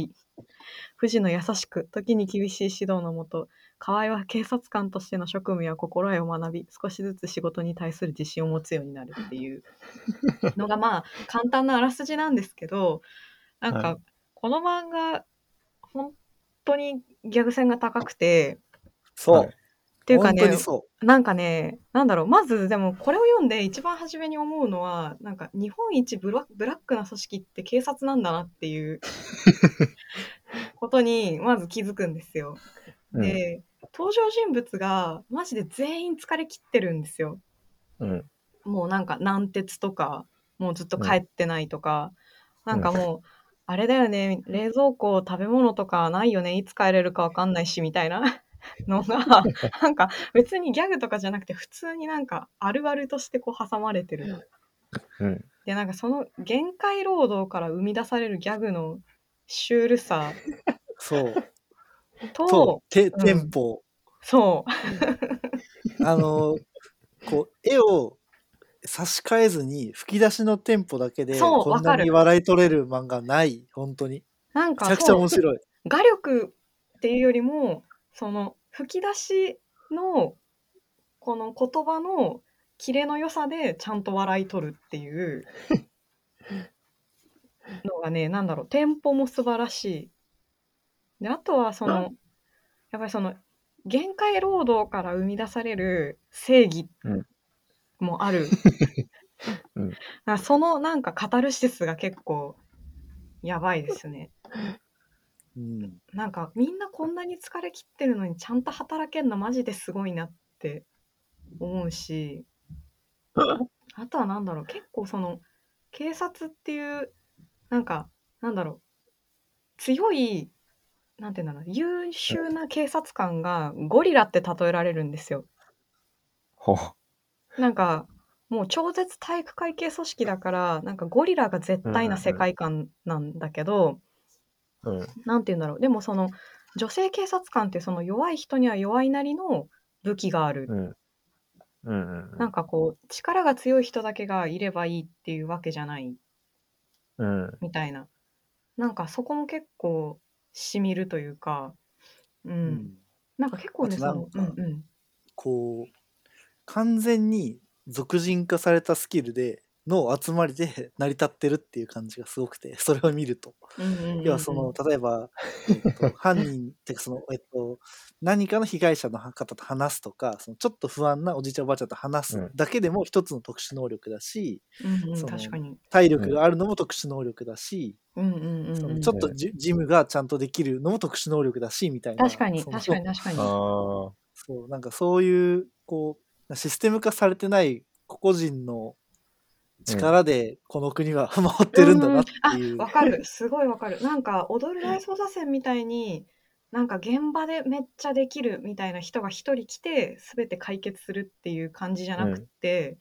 B: 藤の優しく、時に厳しい指導のもと、河合は警察官としての職務や心得を学び、少しずつ仕事に対する自信を持つようになるっていうのが、まあ、簡単なあらすじなんですけど、なん
A: は
B: か、この漫画、本当にギャグ線が高くて、
C: そう。
A: はい
B: っていうか
C: 本当
B: ね
C: に、そ
B: なんかね、なんだろう、まずでもこれを読んで一番初めに思うのは、なんか日本一ブラブラックな組織って警察なんだなっ ていうことにまず気づくんですよ。
A: うん
B: で、登場人物がマジで全員疲れ切ってるんですよ。
A: うん。
B: もうなんか軟鉄とか、もうずっと帰ってないとか、
A: ん
B: なんかもう、あれだよね、冷蔵庫食べ物とかないよね、いつ帰れるかわかんないし、みたいな のが、なんか別にギャグとかじゃなくて、普通になんかあるあるとしてこう挟まれてる。
A: うん。
B: で、なんかその限界労働から生み出されるギャグのシュールさ
C: う。 そう。
B: と、
C: そう。て、
B: ん
C: テンポ。
B: そう
C: あの、こう、絵を差し替えずに、吹き出しのテンポだけで、
B: そう
C: こん
B: わか
C: なに
B: る
C: 笑い取れる漫画ない。本当に。
B: なん
C: め
B: か
C: ちゃくち
B: そ
C: ゃ
B: う
C: 面白い。
B: 画力っていうよりもその吹き出しのこの言葉のキレの良さでちゃんと笑い取るっていう のがねなんだろうテンポも素晴らしいであとはそのやっぱりその限界労働から生み出される正義
A: うん
B: もある、
A: うん
B: なそのなんかカタルシスが結構やばいですね
C: うん。
B: なんかみんなこんなに疲れ切ってるのにちゃんと働けんのマジですごいなって思うしああとはなんだろう結構その警察っていうなんかなんだろう強いなんていうんだろう優秀な警察官がゴリラって例えられるんですよ。
A: ほう。
B: なんかもう超絶体育会系組織だからなんかゴリラが絶対な世界観なんだけど、
A: うん。
B: なんて言うんだろうでもその女性警察官ってその弱い人には弱いなりの武器がある、
A: うん。うん。うん。
B: なんかこう力が強い人だけがいればいいっていうわけじゃない
A: うん。
B: みたいななんかそこも結構しみるというかうん、
C: うん
B: なんか結構ね
C: あ
B: そ
C: とな
B: の
C: ん
B: う
C: か
B: んうん
C: こう、完全に俗人化されたスキルで、の集まりで成り立ってるっていう感じがすごくて、それを見ると。
B: うんうんうんうん
C: 要はその、例え ば、えっと、犯人っていうかその、えっと、何かの被害者の方と話すとかそのちょっと不安なおじいちゃんおばあちゃんと話
A: う
C: す
A: ん
C: だけでも一つの特殊能力だし、
B: うんうん
C: その
B: 確かに
C: 体力があるのも特殊能力だし、
B: うんうんうん
C: そ
B: うん
C: のちょっとじジムがちゃんとできるのも特殊能力だしみたいな
B: 確かに
C: その
B: 確かに確かに
A: ああ。
C: そうなんかそういうこうシステム化されてない個々人の力でこの国は 回ってるんだなっていう、
B: んあわかるすごいわかるなんか踊る大捜査線みたいになんか現場でめっちゃできるみたいな人が一人来て全て解決するっていう感じじゃなくって、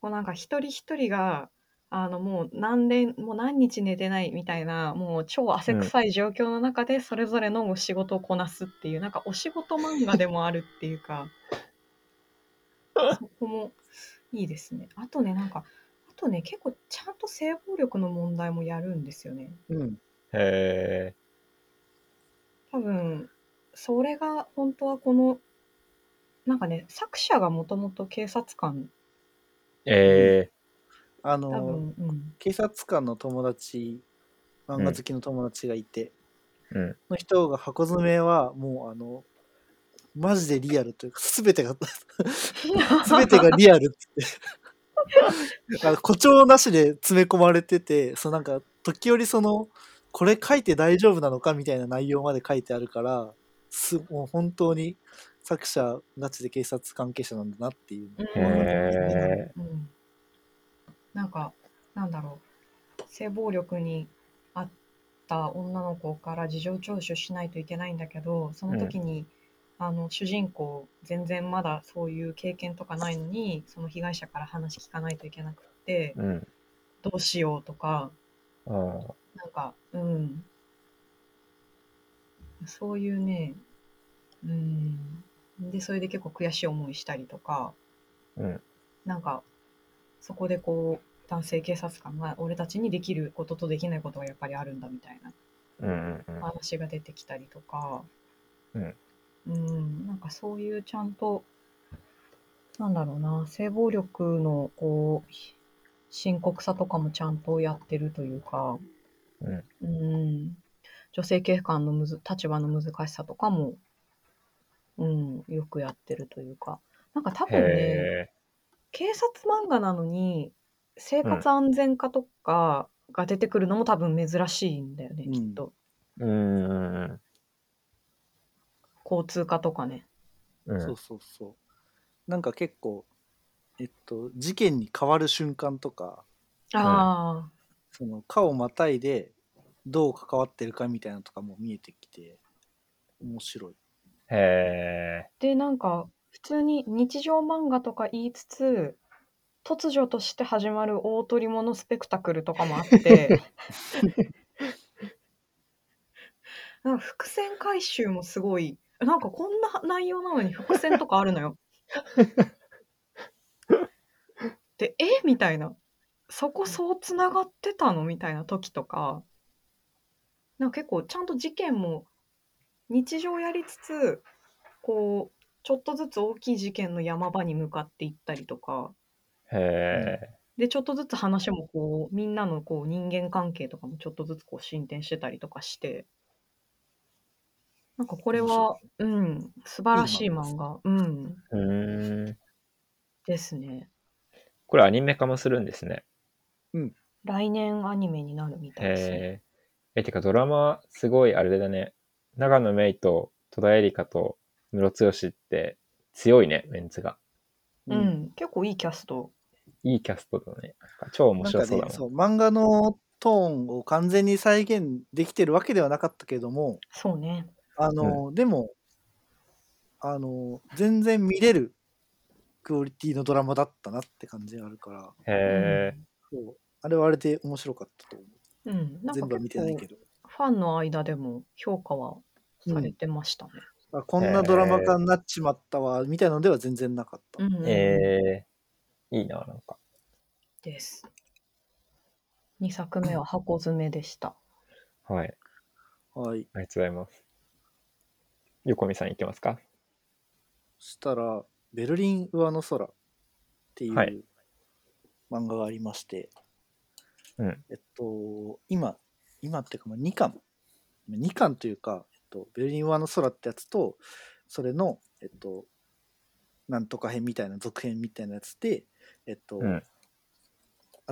B: こうなんか一人一人があのもう何連もう何日寝てないみたいなもう超汗臭い状況の中でそれぞれのお仕事をこなすっていう、なんかお仕事漫画でもあるっていうかそこもいいですね。あとね、なんか、あとね、結構ちゃんと性暴力の問題もやるんですよね。
C: うん。
A: へえ。
B: 多分、それが本当はこの、なんかね、作者がもともと警察官、
A: え
C: あ
B: 多
C: の、
B: 分、うん。
C: 警察官の友達、漫画好きの友達がいて、
A: ー。うん。
C: の人が箱詰めはもうあの、マジでリアルというか、すべてが、 すべてがリアルっつって。あ の誇張なしで詰め込まれてて、そのなんか、時折その、これ書いて大丈夫なのかみたいな内容まで書いてあるから、すもう本当に作者ガチで警察関係者なんだなっていう。
A: へえ。
B: うんなんか、なんだろう、性暴力にあった女の子から事情聴取しないといけないんだけど、その時に、あの主人公、全然まだそういう経験とかないのに、その被害者から話聞かないといけなくって、
A: うん。
B: どうしようとか、
A: あー
B: なんか、うん。そういうね、うん。で、それで結構悔しい思いしたりとか、
A: うん。
B: なんか、そこでこう、男性警察官が俺たちにできることとできないことがやっぱりあるんだみたいな
A: うんうんうん。
B: 話が出てきたりとか、
A: うん。
B: うん、なんかそういうちゃんと、なんだろうな、性暴力のこう、ひ深刻さとかもちゃんとやってるというか、
A: うん
B: うん、女性警官のむず立場の難しさとかも、うん、よくやってるというか、なんか多分ね、
A: へえ。
B: 警察漫画なのに生活安全課とかが出てくるのも多分珍しいんだよね、
C: うん
B: きっと
A: うんうんうん。
B: 交通課とかね
A: うん
C: そうそうそう。なんか結構、えっと、事件に変わる瞬間とか、
B: ああ
C: その、科をまたいで、どう関わってるかみたいなのとかも見えてきて、面白い。
A: へえ。
B: でなんか普通に日常漫画とか言いつつ突如として始まる大捕物スペクタクルとかもあって なんか伏線回収もすごいなんかこんな内容なのに伏線とかあるの よ。でえみたいなそこそうつながってたのみたいな時とかなんか結構ちゃんと事件も日常やりつつこうちょっとずつ大きい事件の山場に向かっていったりとか
A: へえ。
B: でちょっとずつ話もこうみんなのこう人間関係とかもちょっとずつこう進展してたりとかしてなんかこれはうん素晴らしい漫画うん
A: うーん。
B: ですね
A: これアニメ化もするんですね。
B: 来年アニメになるみたいですね
A: へえ。え、てかドラマ、すごいあれだね。長野芽郁と戸田恵梨香とムロツヨシって強いね、メンツが。
B: うん、結構いいキャスト
A: いいキャストだね。なんか超面
C: なん
A: 白
C: か
A: そう
C: ね
A: だ、も
C: そう、漫画のトーンを完全に再現できてるわけではなかったけども、
B: そうね
C: あの、でも、あの、全然見れるクオリティのドラマだったなって感じがあるから、
A: ん。へえ。
C: そうあれはあれで面白かったと思う。
B: うん、うん、なんか
C: 全部は見
B: 結
C: てない
B: 構
C: けど。
B: ファンの間でも評価はされてましたね、
C: あこんなドラマ化になっちまったわ、みたいなのでは全然なかった。
B: うんうんうん
A: ええ。いいな、なんか。
B: です。2作目は箱詰めでした。
A: はい。
C: はい。
A: ありがとうございます。横見さんいきますか
C: そしたら、ベルリン上の空ってい
A: はいう
C: 漫画がありまして、
A: うん。
C: えっと、今、今っていうか、まあ、2巻。2巻というか、えっと、ベルリン上の空ってやつと、それの、えっと、なんとか編みたいな続編みたいなやつで、えっと、
A: うん。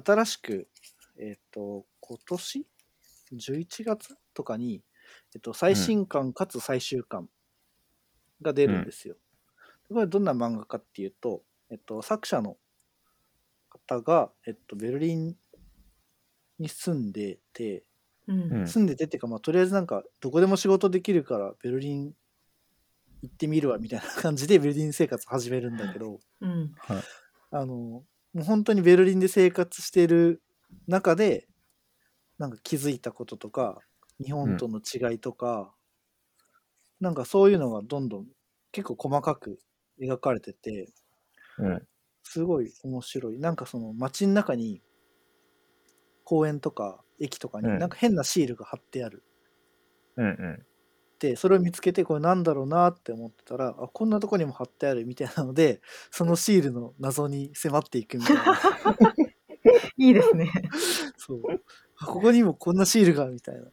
C: 新しく、えっと、今年11月とかに、えっと、最新刊かつ最終巻が出るんですよ。これどんな漫画かっていうと、えっと、作者の方が、えっと、ベルリンに住んでて、
B: うん。
A: うん
C: 住んでてっていうか、まあ、とりあえずなんかどこでも仕事できるからベルリン行ってみるわみたいな感じでベルリン生活始めるんだけど、
B: うん。
C: あの、もう本当にベルリンで生活してる中で、なんか気づいたこととか、日本との違いとか、なんかそういうのがどんどん結構細かく描かれてて、
A: うん。
C: すごい面白い。なんかその街の中に、公園とか駅とかに
A: うん
C: なんか変なシールが貼ってある。
A: うんうん。
C: で、それを見つけて、これなんだろうなって思ってたら、あ、こんなとこにも貼ってあるみたいなので、そのシールの謎に迫っていくみたいな。
B: いい ですね。
C: そう。あ、ここにもこんなシールがみたいな。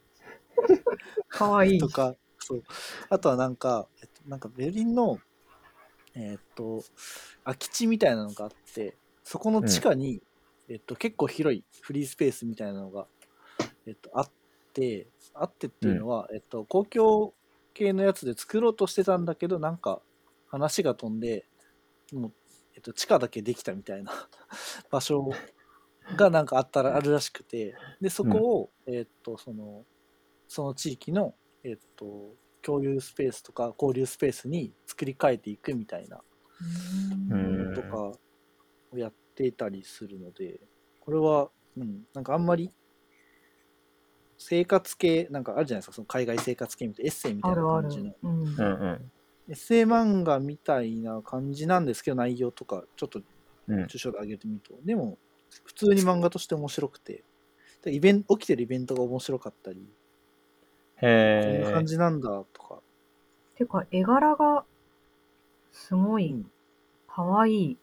B: かわいい。
C: とか、そう。あとはなんか、えっと、なんかベルリンの、えっと、空き地みたいなのがあって、そこの地下に、えっと、結構広いフリースペースみたいなのが、えっと、あって、あってっていうのは、えっと、公共系のやつで作ろうとしてたんだけど、なんか話が飛んで、もう、えっと、地下だけできたみたいな 場所がなんかあったらあるらしくて、で、そこを、えっと、その、その地域の、えっと、共有スペースとか交流スペースに作り変えていくみたいな
B: う
A: うんん
C: とかをやっていたりするので、これは、うん、なんかあんまり生活系、なんかあるじゃないですか、その海外生活系みたいなエッセイみたい
B: あ
C: な
B: るある
C: 感じの。。
B: うん
A: うんうん。
C: エッセイ漫画みたいな感じなんですけど、内容とか、ちょっと
A: うん
C: 著書で上げてみると。でも、普通に漫画として面白くて、でイベン起きてるイベントが面白かったり、こん
A: へ
C: な
A: え
C: 感。じなんだとか、
B: てか、絵柄がすご
C: う
B: い
C: ん
B: かわいい。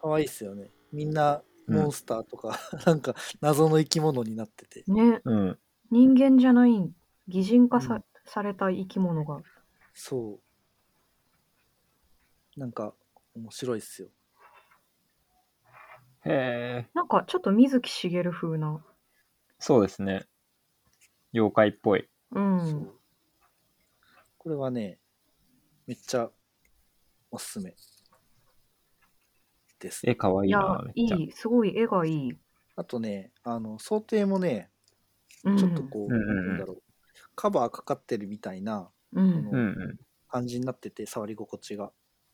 C: 可愛いっすよね。みんな
A: うん
C: モンスターとか、 なんか謎の生き物になってて。
B: ね、
A: うん。
B: 人間じゃない、擬人化さ,、
C: うん
B: された生き物が。
C: そう。なんか面白いっすよ。
A: へえ。
B: なんかちょっと水木しげる風な。
A: そうですね。妖怪っぽい。
B: うん。
C: そうこれはね、めっちゃおすすめです。
A: 絵かわい
B: い
A: い
B: や
A: な、め、
B: い
A: っちゃ。
B: い、すごい絵がいい。
C: あとね、あの、想定もね、
B: うん、
C: ちょっとこ
A: うん
C: う、
A: うんうん
C: なんだろう、カバーかかってるみたいな
B: う、ん
A: う、ん
C: 感じになってて、触り心地が。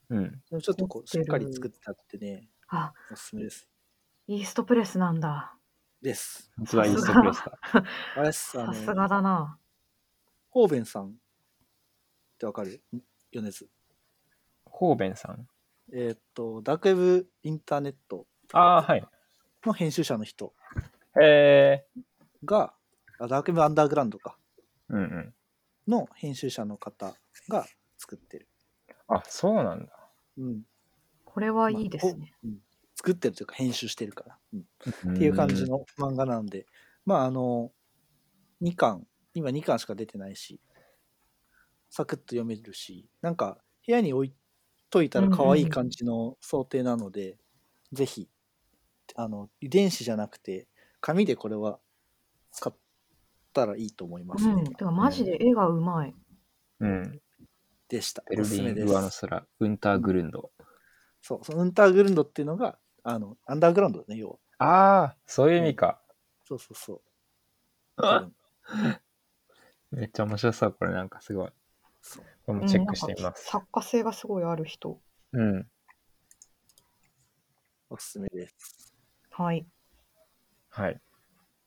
A: うん。うん。
C: でもちょっとこう、し
B: 凝ってる
C: っかり作ってあってね、
B: あ、
C: おすすめです。
B: イーストプレスなんだ。
C: です。
A: 本当はイーストプレスだ。
C: あれっす、あ
B: さ
C: の、
B: すがだな。
C: ホーベンさんってわかる米津。
A: コーベンさん。
C: えーっと、ダークウェブインターネット
A: ああー、はい。
C: の編集者の人
A: へえ。
C: が、あダークウェブアンダーグラウンドか、
A: うんうん。
C: の編集者の方が作ってる。
A: あ、そうなんだ。
C: うん。
B: これはいいですね。
C: うん作ってるというか、編集してるから、うん
A: っ
C: っていう感じ。の漫画なんで、まあ、あの、2巻、今2巻しか出てないし、サクッと読めるし、なんか、部屋に置いといたら可愛い感じの想定なので、ぜひ、あの、遺伝子じゃなくて、紙でこれは使ったらいいと思います
B: う
C: ね。
B: ん。てか、マジで絵がうまい。
A: うん。
C: でした。
A: ベ
C: お
A: ル
C: す
A: リ
C: すめで
A: ン上の
C: す。
A: 空、ウンターグルンド。
C: そう、そのウンターグルンドっていうのが、あの、アンダーグラウンドだね、要は。
A: ああ、そういう意味か。
C: そうそうそう。多
A: あ
C: 分
A: めっちゃ面白そう、これなんかすごい。
C: そう
A: これ
B: う
A: も
B: ん
A: チェックしてみます。
B: なんか作家性がすごいある人。
A: うん。
C: おすすめです。
B: はい。
A: はい。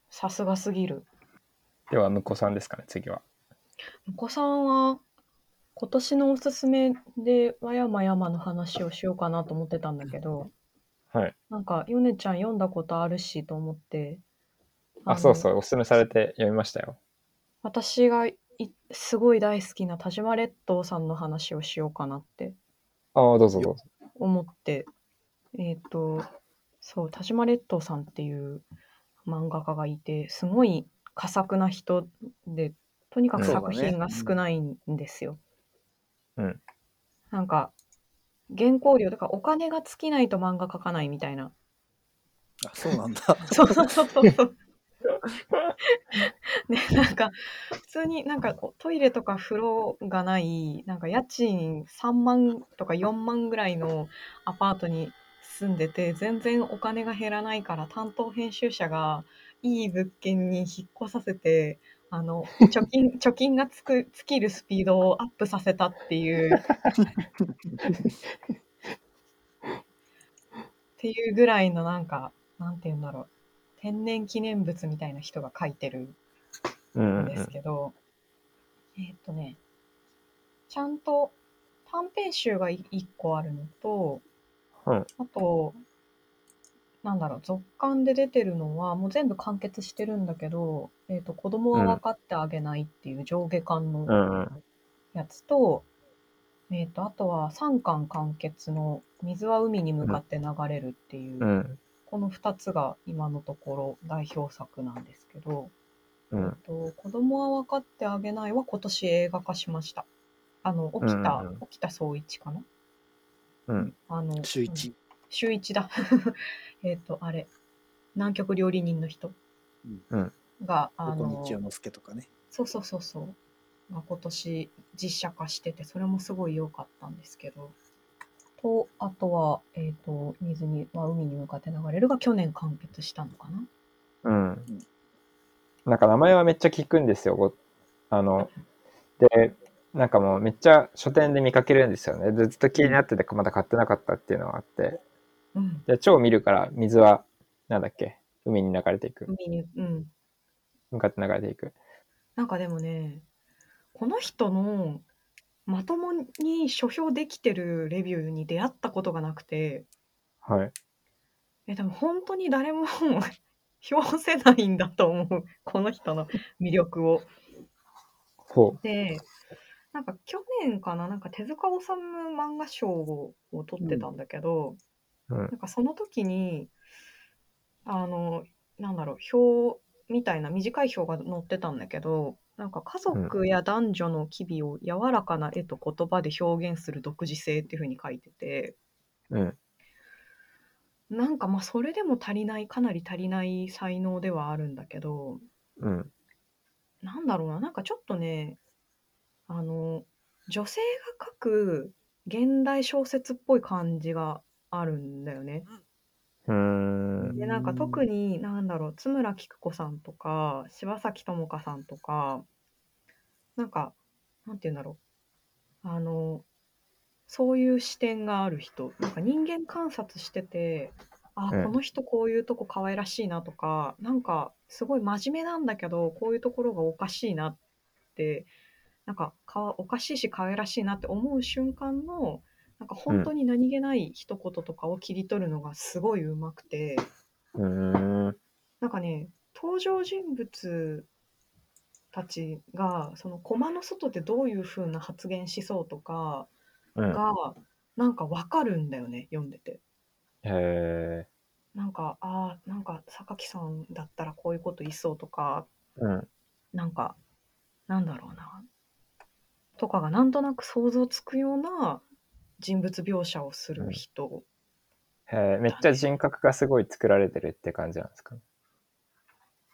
B: さすがすぎる。
A: では、向こさんですかね、次は。
B: お子さんは、今年のおすすめで、わやまやまの話をしようかなと思ってたんだけど、
A: はい。
B: なんか、ヨネちゃん読んだことあるしと思って。
A: あ、そう
B: う
A: そう、おすすめされて読みましたよ。
B: 私がいすごい大好きな田島列島さんの話をしようかなって
A: ああ、どうぞどうぞ。
B: 思って、えっ、と、そう、田島列島さんっていう漫画家がいて、すごい佳作な人で、とにかく
A: そうだ
B: 作
C: ね
B: 品が少ないんですよ。
A: うん
B: なんか、原稿料とかお金が尽きないと漫画描かないみたいな
C: あ、そうなんだ。
B: そうそうそうそうそう。ね、なんか普通になんかこうトイレとか風呂がないなんか家賃3万とか4万ぐらいのアパートに住んでて全然お金が減らないから担当編集者がいい物件に引っ越させてあの貯金 貯金がつく尽きるスピードをアップさせたっていう。っていうぐらいのなんかなんて言うんだろう天然記念物みたいな人が書いてる
A: うんうんんう
B: です
A: ん。
B: けど、えーっとねちゃんと短編集が1個あるのと
A: うん
B: あと、なんだろう、続刊で出てるのは、もう全部完結してるんだけど、えっ、と、子供は分かってあげないっていう上下巻
A: う
B: の
A: んうん。
B: やつと、えっ、と、あとは3巻完結の水は海に向かって流れるっていう、
A: うん。
B: この2つが今のところ代表作なんですけど、
A: う
B: えっ
A: ん。
B: と、子供は分かってあげないは今年映画化しました。あの、起きた、
A: うんうん
B: 起きた総一かな
A: うん。
B: あの、
C: 週
B: う
C: 一
B: ん。週一だ。 えっと、あれ、南極料理人の人
A: うん
B: が、あ
C: 横
B: の
C: 道、之助とかね。
B: そうそうそうそう、が今年実写化してて、それもすごい良かったんですけど、と、あとは、えっ、と、水に、まあ、海に向かって流れるが去年完結したのかな
A: うん。なんか名前はめっちゃ聞くんですよ。ごあの、で、なんかもうめっちゃ書店で見かけるんですよね。ずっと気になってて、まだ買ってなかったっていうのがあって。
B: うん。
A: で、超見るから、水は、なんだっけ、海に流れていく。
B: 海に、うん。
A: 向かって流れていく。
B: なんかでもね、この人のまともに書評できてるレビューに出会ったことがなくて、
A: はい。
B: え、多分本当に誰も 評せないんだと思う。この人の魅力を。
A: ほ
B: で、なんか去年かな、なんか手塚治虫漫画賞をを取ってたんだけど、
A: う。うん
B: な。んかその時に、あの、なんだろう、表みたいな短い表が載ってたんだけど、なんか家族や男女の機微を柔らかな絵と言葉で表現する独自性っていうふうに書いてて、
A: うん。
B: なんかまあそれでも足りない、かなり足りない才能ではあるんだけど、
A: うん。
B: なんだろうな、なんかちょっとね、あの、女性が書く現代小説っぽい感じがあるんだよね。
A: うーん。
B: でなんか特になんだろう津村菊子さんとか柴咲友香さんとかなんかなんて言うんだろうあのそういう視点がある人なんか人間観察しててあ
A: うん
B: この人こういうとこ可愛らしいなとかなんかすごい真面目なんだけどこういうところがおかしいなってなんかかわおかしいし可愛らしいなって思う瞬間のなんか本当に何気ない一言とかを切り取るのがすごい上手くて。
A: うーん。
B: なんかね、登場人物たちが、その駒の外でどういう風な発言しそうとか
A: うん。
B: が、なんかわかるんだよね、読んでて。
A: へえ。
B: なんか、ああ、なんか、榊さんだったらこういうこと言いそうとか、
A: うん。
B: なんか、なんだろうな、とかがなんとなく想像つくような人物描写をする人。
A: へえ。めっちゃ人格がすごい作られてるって感じなんですかね。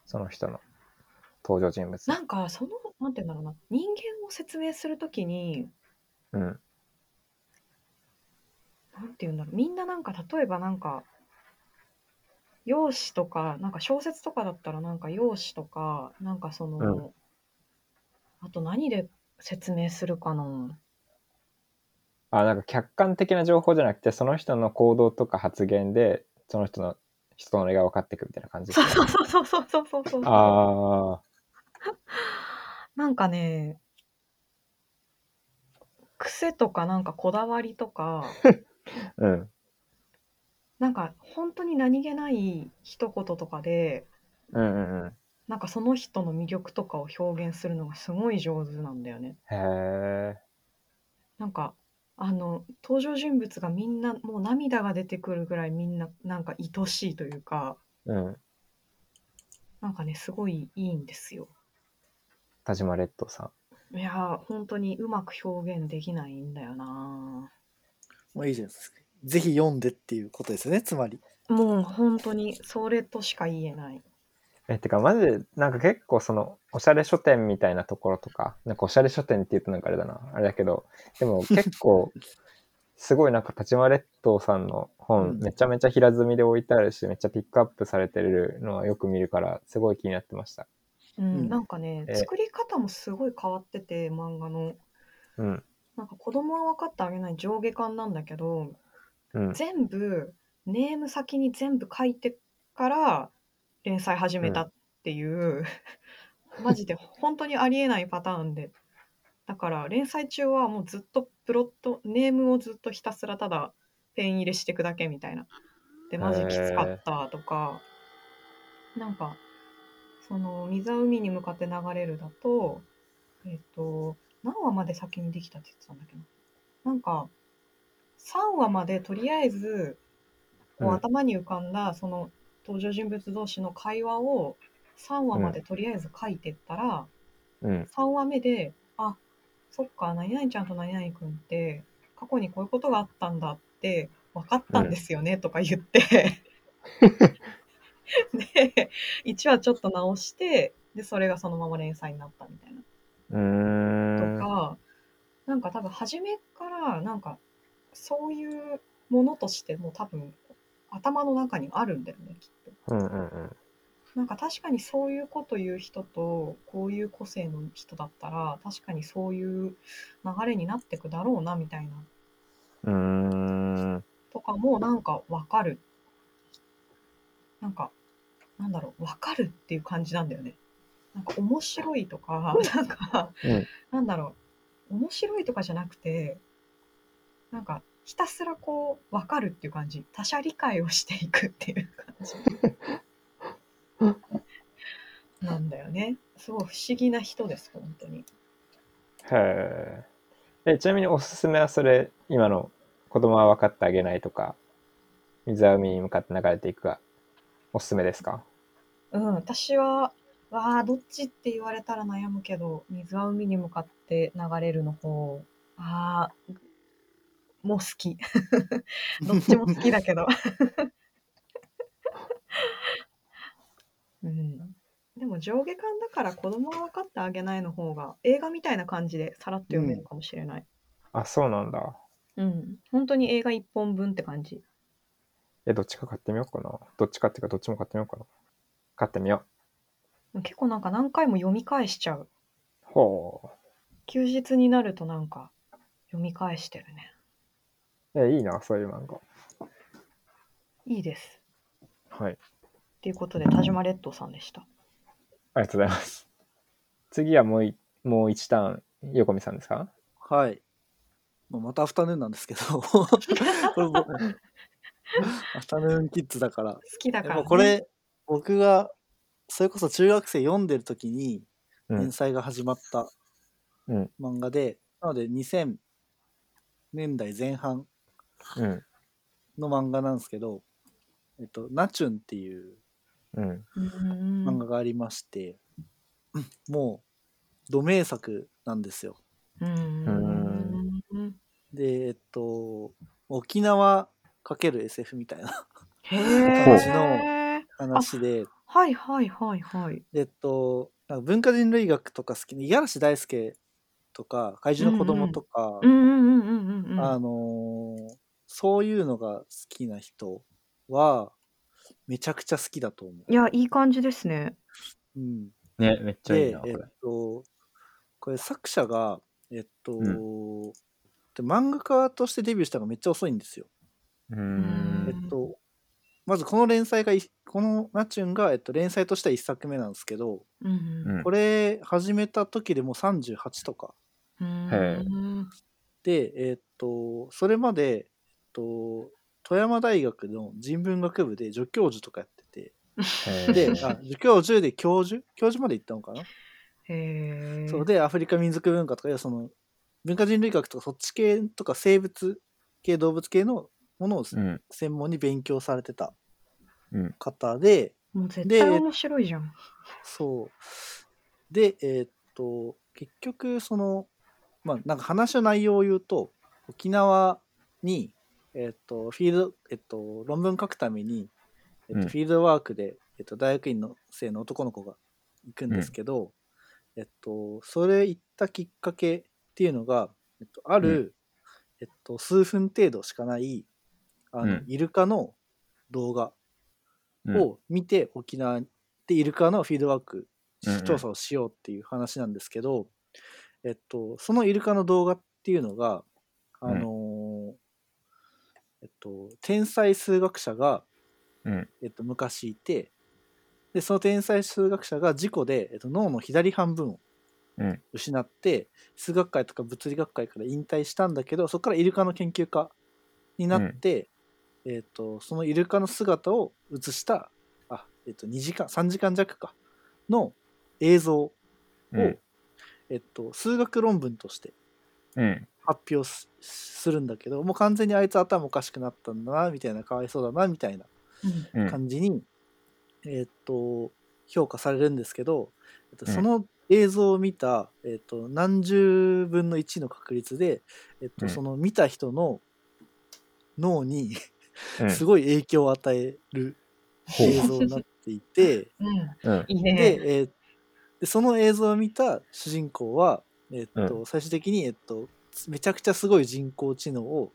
A: その人の登場人物。
B: なんか、その、なんて言うんだろうな、人間を説明するときに、
A: うん。
B: なんて言うんだろうみんななんか例えばなんか容姿とかなんか小説とかだったらなんか容姿とかなんかその、
A: うん
B: あと何で説明する かな
A: あ、なんか客観的な情報じゃなくて、その人の行動とか発言で、その人の人の俺が分かってくみたいな感じです
B: そう
A: か
B: そうそうそうそうそうそう
A: ああ。
B: なんかね癖とかなんかこだわりとか
A: うん。
B: なんか本当に何気ない一言とかで
A: うんうんうん。
B: なんかその人の魅力とかを表現するのがすごい上手なんだよね。
A: へえ。
B: なんかあの登場人物がみんなもう涙が出てくるぐらいみんななんか愛しいというか
A: うん。
B: なんかねすごいいいんですよ
A: 田島列島さん。
B: いやー本当にうまく表現できないんだよな
C: まあいいじゃないですか。ぜひ読んでっていうことですね、つまり。
B: もう本当にそれとしか言えない
A: え、てか、マジで、なんか結構その、おしゃれ書店みたいなところとか、なんかおしゃれ書店って言うとなんかあれだな、あれだけど、でも結 構、すごいなんか、立間列島さんの
C: う
A: 本、
C: ん
A: めちゃめちゃ平積みで置いてあるし、めっちゃピックアップされてるのはよく見るから、すごい気になってました。
B: うん、
C: うん
B: なんかね
A: え
B: 作り方もすごい変わってて漫画の
A: うん。
B: なんか子供は分かってあげない上下巻なんだけど
A: うん。
B: 全部ネーム先に全部書いてから連載始めたっていう、 マジで本当にありえないパターンでだから連載中はもうずっとプロットネームをずっとひたすらただ点入れしていくだけみたいな。で、マジきつかったとか、なんか、その、水は海に向かって流れるだと、えっ、と、何話まで先にできたって言ってたんだっけど、なんか、3話までとりあえず、こ
A: う
B: うん頭に浮かんだ、その登場人物同士の会話を3話までとりあえず書いてったら、
A: うん。
B: 3話目で、あ、そっか、何々ちゃんと何々くんって、過去にこういうことがあったんだって、分かったんですよね、とか言って、 で、1話ちょっと直して、で、それがそのまま連載になったみたいな。
A: うーん
B: と。か、なんか多分初めからなんかそういうものとしても多分頭の中にあるんだよねきっと。
A: うんうん
B: なんか確かにそういうこと言う人とこういう個性の人だったら確かにそういう流れになってくだろうなみたいな
A: うん。うーん。
B: とかもなんかわかる。なんかなんだろうわかるっていう感じなんだよね。なんか面白いとかなんか、
A: うん
B: なんだろう面白いとかじゃなくてなんかひたすらこうわかるっていう感じ他者理解をしていくっていう感 じなんだよね。すごい不思議な人です本当に。
A: へえ。え、ちなみにおすすめはそれ、今の子供は分かってあげないとか、水は海に向かって流れていくが、おすすめですか
B: うん、私は、わあ、どっちって言われたら悩むけど、水は海に向かって流れるの方、ああ、もう好き。 どっちも好きだけど。 うん。でも上下巻だから子供が分かってあげないの方が、映画みたいな感じでさらっと読めるかもしれない。
A: あ、そうなんだ。
B: うん。本当に映画一本分って感じ。
A: え、どっちか買ってみようかな。どっちかっていうか、どっちも買ってみようかな。買ってみよ
B: 結構なんか何回も読み返しちゃう。
A: う。ほ
B: 休日になるとなんか読み返してるね。
A: う。え、いいな、そういう漫画。
B: いいです。
A: はい。
B: ということで、田島列島さんでした。
A: ありがとうございます。次はもうい、もう一ターン、横見さんですか
C: はい。まあまたアフタヌーンなんで すけど、これ僕アフタヌーンキッズだから。
B: 好きだか
C: や
B: ら、
C: っぱ
B: ね。
C: これ、僕が、それこそ中学生読んでる時に
A: う
C: 連
A: ん。
C: 載が始まった
A: うん。
C: 漫画で、なので2000年代前半
A: うん。
C: の漫画なんですけど、えっと、ナチュンっていう
A: うん。
B: うーん
C: 漫画がありまして、もう、土名作なんですよ。
B: うーん。
C: で、えっと、沖縄× SF みたい な
B: へ
A: ほう
B: え。
C: 話で、
B: はいはいはいはい。
C: でえっと、なんか文化人類学とか好きで、五十嵐大輔とか、怪獣の子供とか、
B: うんうんうんうんうんうん。
C: あのーそういうのが好きな人は、めちゃくちゃ好きだと思
B: いや、いい感じですね。
C: う。うん、
A: ね、めっちゃいい
C: で
A: な、、こ
C: え
A: れ
C: っ。と、これ作者が、えっと、
A: う
C: で漫画家としてデビューしたのがめっちゃ遅いんですよ。
A: うー
C: え
A: ん。
C: っと、まずこの連載がい、このナチュンが、えっと、連載としては1作目なんですけど、
B: うんうん
A: うん
C: これ始めた時でもう38とか。
B: う
A: へ
B: ーん。
C: で、えっと、それまで、えっと、富山大学の人文学部で助教授とかやって
A: へー
C: て、で、 あ助教授で教授教授まで行ったのかな
B: へえ。
C: そうでアフリカ民族文化とかいやその文化人類学とかそっち系とか生物系動物系のものを
A: うん。
C: 専門に勉強されてた
A: うん。
C: 方で、
B: もう絶
C: で
B: 対面白いじゃん。
C: そうでえーっと結局そのまあなんか話の内容を言うと沖縄にえーっとフィールドえっと論文書くために、えっと
A: うん
C: フィールドワークで、えっと、大学院の生の男の子が行くんですけど、えっとそれ行ったきっかけっていうのが、えっと、ある、えっと、数分程度しかないあの、
A: うん
C: イルカの動画
A: うん
C: を見て沖縄でイルカのフィードバック
A: うんうん
C: 調査をしようっていう話なんですけど、えっと、そのイルカの動画っていうのが、あのーえっと、天才数学者が、
A: うん。
C: えっと、昔いてでその天才数学者が事故で、えっと、脳の左半分を
A: うん
C: 失って、数学会とか物理学会から引退したんだけどそこからイルカの研究家になって、えっ、と、そのイルカの姿を映した、あ、えっ、と、2時間、3時間弱か、の映像を、
A: うん
C: えっと、数学論文として
A: うん
C: 発表すするんだけど、もう完全にあいつ頭おかしくなったんだな、みたいな、かわいそうだな、みたいな
B: うん
A: うん
C: 感じに、えーっと評価されるんですけど、えっと
A: うん
C: その映像を見た、えっと何十分の1の確率で、えっ
A: う
C: と
A: ん
C: その見た人の脳に
A: うん
C: すごい影響を与える
A: ほ
C: 映像になっていて
B: うん
A: う うん
B: いいね。
C: で、えーでその映像を見た主人公は、えっと
A: う
C: 最終的に、えっとめちゃくちゃすごい人工知能を、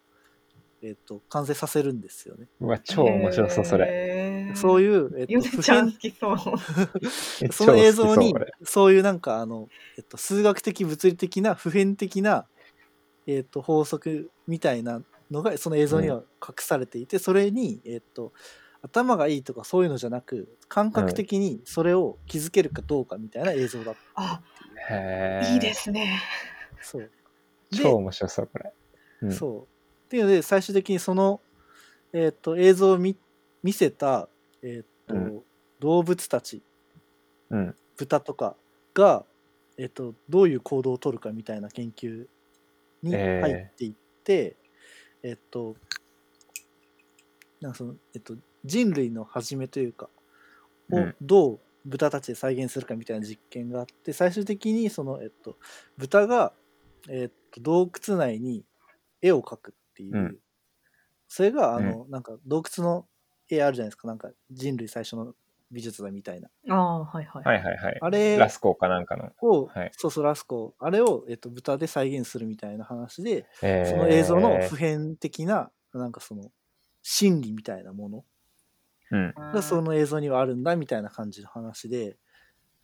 C: えっと完成させるんですよね。
A: うわ超面白そうそれ
B: れ
C: そう
B: う。
C: いう、えっ
B: ヨネ
C: 不
B: ちゃん
C: 変
B: 好きそう。
A: え
C: その映像
A: 超好き
C: に
A: そう俺
C: そういうなんかあの、えっと、数学的物理的な普遍的な、えっと、法則みたいなのがその映像には隠されていて、それに、えっと、頭がいいとかそういうのじゃなく感覚的にそれを気づけるかどうかみたいな映像だった、
B: あ、
A: へー
B: いいですね。
C: そう
A: 超面白そうこれうん
C: そうっていうので最終的にその、えっと、映像を見見せた、えっと
A: うん
C: 動物たち
A: うん
C: 豚とかが、えっと、どういう行動を取るかみたいな研究に
A: えー
C: 入っていって、えっとなんかその、えっと、人類の初めというか
A: う
C: を
A: ん
C: どう豚たちで再現するかみたいな実験があって最終的にその、えっと、豚が、えっと、洞窟内に絵を描くっていう、
A: うん
C: それがあの、なんか洞窟の絵あるじゃないですかなんか人類最初の美術だみたいな。
B: ああ、はいはい。
A: はいはいはい
C: あれ
A: ラスコーかなんかの
C: を、
A: はい
C: そうそうラスコあれを、えっと、豚で再現するみたいな話で、
A: そ
C: その映像の普遍的ななんかその心理みたいなもの
A: うん
C: がその映像にはあるんだみたいな感じの話で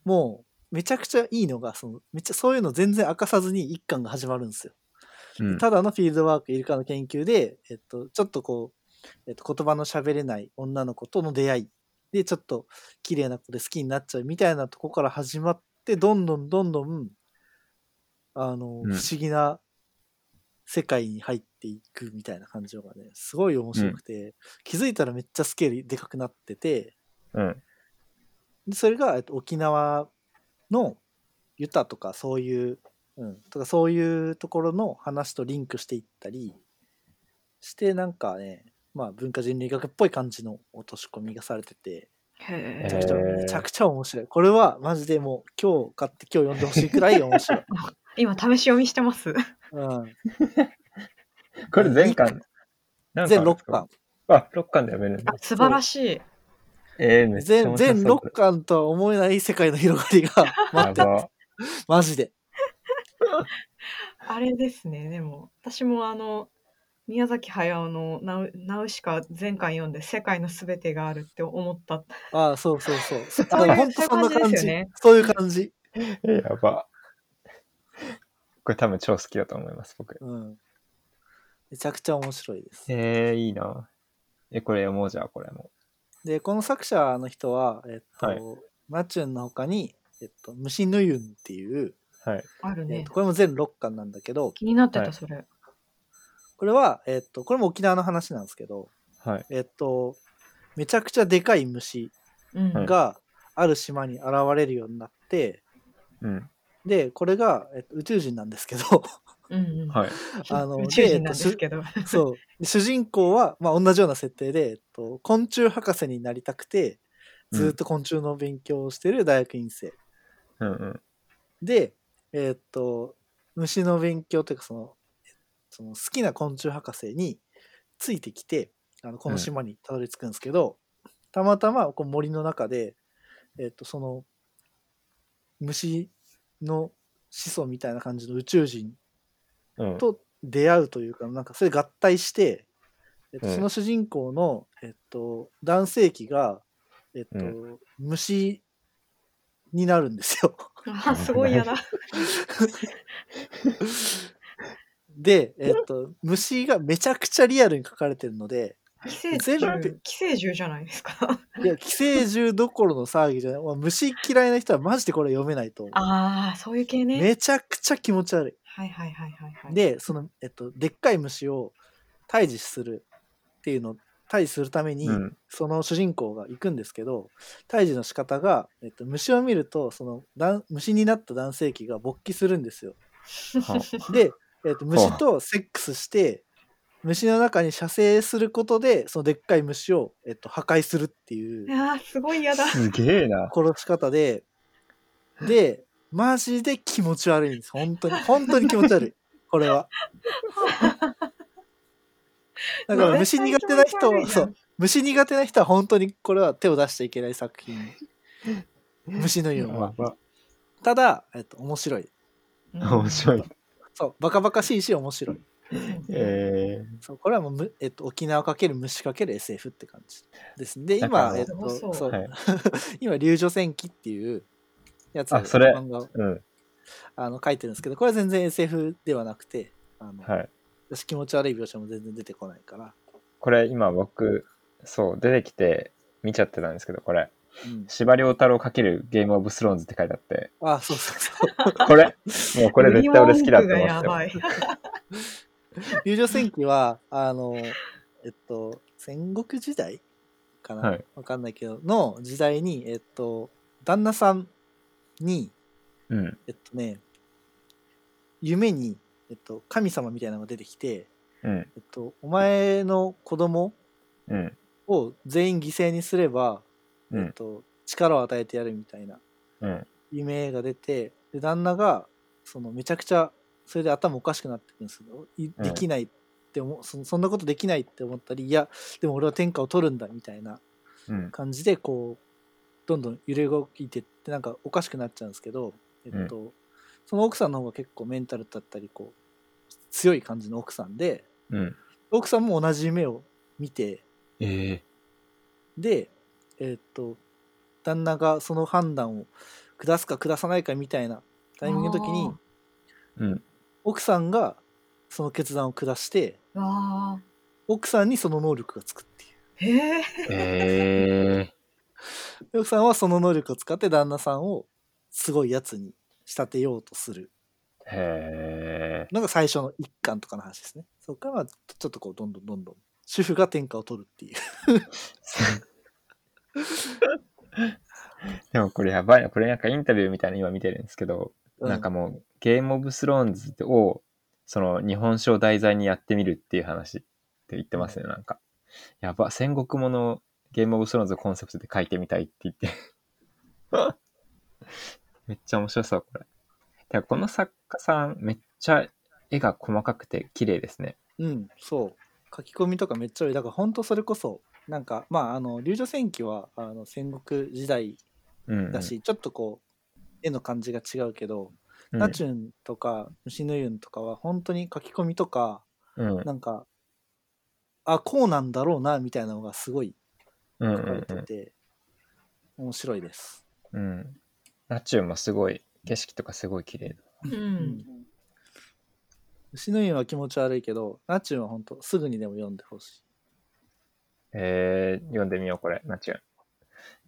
C: もうめちゃくちゃいいのがそのめっちゃそういうの全然明かさずに一巻が始まるんですよ。
A: うん
C: ただのフィールドワークイルカの研究で、えっと、ちょっとこう、えっと、言葉の喋れない女の子との出会いでちょっと綺麗な子で好きになっちゃうみたいなとこから始まってどんどんどんどんあの、
A: うん
C: 不思議な世界に入っていくみたいな感じのがねすごい面白くて、気づいたらめっちゃスケールでかくなってて
A: うん
C: でそれが、えっと、沖縄のユタとかそういう、うん、とかそういうところの話とリンクしていったりしてなんかねまあ文化人類学っぽい感じの落とし込みがされてて
B: へ
C: めちゃ
A: え
C: く
A: ー
C: ちゃ,、めちゃくちゃ面白いこれはマジでもう今日買って今日読んでほしいくらい 面白い、
B: 今、試し読みしてます。
C: うん、
A: これ全巻何巻
C: 全6巻
A: あ六巻で読めるんだ
B: あ素晴らしい。
A: えーめっちゃ
C: 全
A: 面白そう
C: 全6巻とは思えない世界の広がりが待って
A: や
C: る
A: ば
C: マジで
B: あれですね、でも、私もあの、宮崎駿のナウナウシカ前回読んで世界のすべてがあるって思った。
C: ああそうそうそうそ
B: そういう
C: 本当そんな
B: そういう感
C: 感
B: じ
C: じ
B: ですよね
C: そういう感じ
A: えやばこれ多分超好きだと思います僕
C: うんめちゃくちゃ面白いです
A: えー、いいなえこれ読もうじゃあこれも
C: でこの作者の人は、えっと
A: はい
C: マチュンの他に、えっと、虫ヌユンっていう、
A: はい
B: ある
C: えっ
B: ね
C: と。これも全6巻なんだけど
B: 気になって
A: は
B: た、
A: い
B: それ。
C: これは、えっと、これも沖縄の話なんですけど、
A: はい
C: えっと、めちゃくちゃでかい虫
B: うん。
A: はい
C: がある島に現れるようになって
A: うん
C: でこれが、えっと、宇宙人なんで すけど
B: うんうん。
A: はい
C: あの
B: 宇宙
C: でえ
B: 人
C: っと
B: なんですけど。
C: そうで主人公は、まあ、同じような設定で、えっと、昆虫博士になりたくてずーっと昆虫の勉強をしてる大学院生。
A: うんうん
C: で、えーっと、虫の勉強というかその、その好きな昆虫博士についてきて、あのこの島にたどり着くんですけど、たまたまこう森の中で、えーっと、その、虫の子孫みたいな感じの宇宙人
A: うん
C: と出会うというか、なんかそれ合体して、えっと、
A: うん
C: その主人公の、えっと、男性器が、えっと、
A: う
C: 虫になるんですよ。
B: あ、すごい嫌だ。
C: で、えっと、虫がめちゃくちゃリアルに書かれてるので、
B: 寄生
C: 全
B: 獣
C: 部、
B: 寄生獣じゃないですか。
C: いや、寄生獣どころの騒ぎじゃない、まあ虫嫌いな人はマジでこれ読めないと思う。
B: ああ、そういう系ね。
C: めちゃくちゃ気持ち悪。
B: はいはいはいはいはいい。
C: で、その、えっと、でっかい虫を退治するっていうのを退治するために、
A: うん
C: その主人公が行くんですけど退治の仕方が、えっと、虫を見るとその男虫になった男性器が勃起するんですよ。で、えっと、虫とセックスして虫の中に射精することでそのでっかい虫を、えっと、破壊するっていう
B: いやーすごい嫌だ。
A: すげえ な。
C: 殺し方ででマジで気持ち悪いんです本当に本当に気持ち悪いこれは。だから虫苦手な人はそう虫苦手な人は本当にこれは手を出しちゃいけない作品虫の湯は
A: やば
C: ただ、えっと、面白い
A: 面白い。
C: そうバカバカしいし面白い
A: え
C: そうこれはもうむ、えっと、沖縄×虫 ×SF って感じですで
A: だか
C: 今
A: ら
C: えっ
B: すご
C: と
B: そう
C: そう
A: はい
C: 今「流女戦記」っていうやつ
A: あそれ
C: 漫画を
A: ー、うん。
C: あの書いてるんですけどこれは全然 SF ではなくてあの、
A: はい。
C: 私気持ち悪い描写も全然出てこないから、
A: これ今僕、そう、出てきて見ちゃってたんですけど、これ。
C: うん、
A: 司馬太郎×ゲームオブスローンズって書いてあって、
C: あそうそうそう
A: これ、もうこ れ絶対俺好きだと思
B: ウィ
A: っ
B: リ
A: てた
B: ーウォンクがやば
A: よ。
B: い。
C: 友情戦記は、あの、えっと、戦国時代かな、
A: はい
C: わかんないけど、の時代に、えっと、旦那さんに、
A: うん。
C: えっとね、夢に、えっと、神様みたいなのが出てきて、
A: うん。
C: えっと、お前の子供
A: うん。
C: を全員犠牲にすれば、
A: う
C: えっ
A: ん。
C: と、力を与えてやるみたいな
A: うん。
C: 夢が出て、で、旦那が、その、めちゃくちゃ、それで頭おかしくなってくるんですけど、い
A: うん
C: できないって思う、そそんなことできないって思ったり、いや、でも俺は天下を取るんだ、みたいな
A: うん。
C: 感じで、こう、どんどん揺れ動いてって、なんかおかしくなっちゃうんですけど、えっと、その奥さんの方が結構メンタルだったり、こう、強い感じの奥さんで、
A: うん。
C: 奥さんも同じ夢を見て、
A: ええ
C: で、えーっと、旦那がその判断を下すか下さないかみたいなタイミングの時に
B: あー、
A: うん。
C: 奥さんがその決断を下して、
B: わ あ。
C: 奥さんにその能力がつくってい
B: へえ。
A: ええ
C: う。で奥さんはその能力を使って旦那さんをすごいやつに仕立てようとする
A: へえ。
C: のが最初の一巻とかの話ですね。そこからはちょっとこう、どんどんどんどん、主婦が天下を取るっていう。
A: でもこれやばいな。これなんかインタビューみたいなの今見てるんですけど、
C: う
A: なんかもうゲームオブスローンズをその日本史を題材にやってみるっていう話って言ってますね、なんか。やば、戦国ものゲームオブスローンズをコンセプトで書いてみたいって言って。 めっちゃ面白そう、これ。てかこの作家さん、めっちゃ絵が細かくて綺麗ですね。
C: うん、そう。書き込みとかめっちゃ多い。だから本当それこそ、なんか、まあ、あの、龍女戦記は、あの、戦国時代
A: うん、うん。
C: だし、ちょっとこう、絵の感じが違うけど、
A: うん、
C: ナチュンとか、虫のユンとかは、本当に書き込みとか、
A: うん、うん、
C: なんか、あ、こうなんだろうな、みたいなのがすごい
A: うん
C: 書かれ
A: う
C: て
A: ん。
C: て、面白いです。
A: うん。ナチュンもすごい、景色とかすごい綺麗だ。
B: う。。
C: うん虫のユンは気持ち悪いけど、ナチュンは本当すぐにでも読んでほしい。
A: えー、読んでみよう、これ。ナチュン。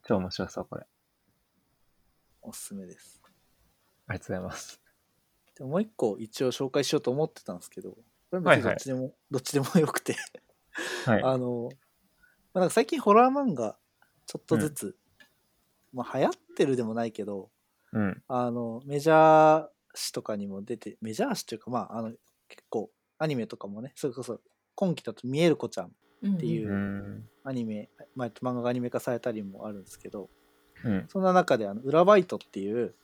A: 超面白そう、これ。
C: おすすめです。
A: ありがとうございます。
C: でももう一個一応紹介しようと思ってたんですけど、これ別にどっちでも、どっちでもよくて、
A: はい。
C: あの、まあ、なんか最近ホラー漫画、ちょっとずつ、まあ流行ってるでもないけど、
A: うん。。
C: あの、メジャー誌とかにも出て、メジャー誌というか、まあ、あの、結構、アニメとかもね、それこそ、今期だと、見える子ちゃん、
B: って
C: いううんアニメ、まあ、漫画がアニメ化されたりもあるんですけど、
A: うん。
C: そんな中で、あの、裏バイトっていう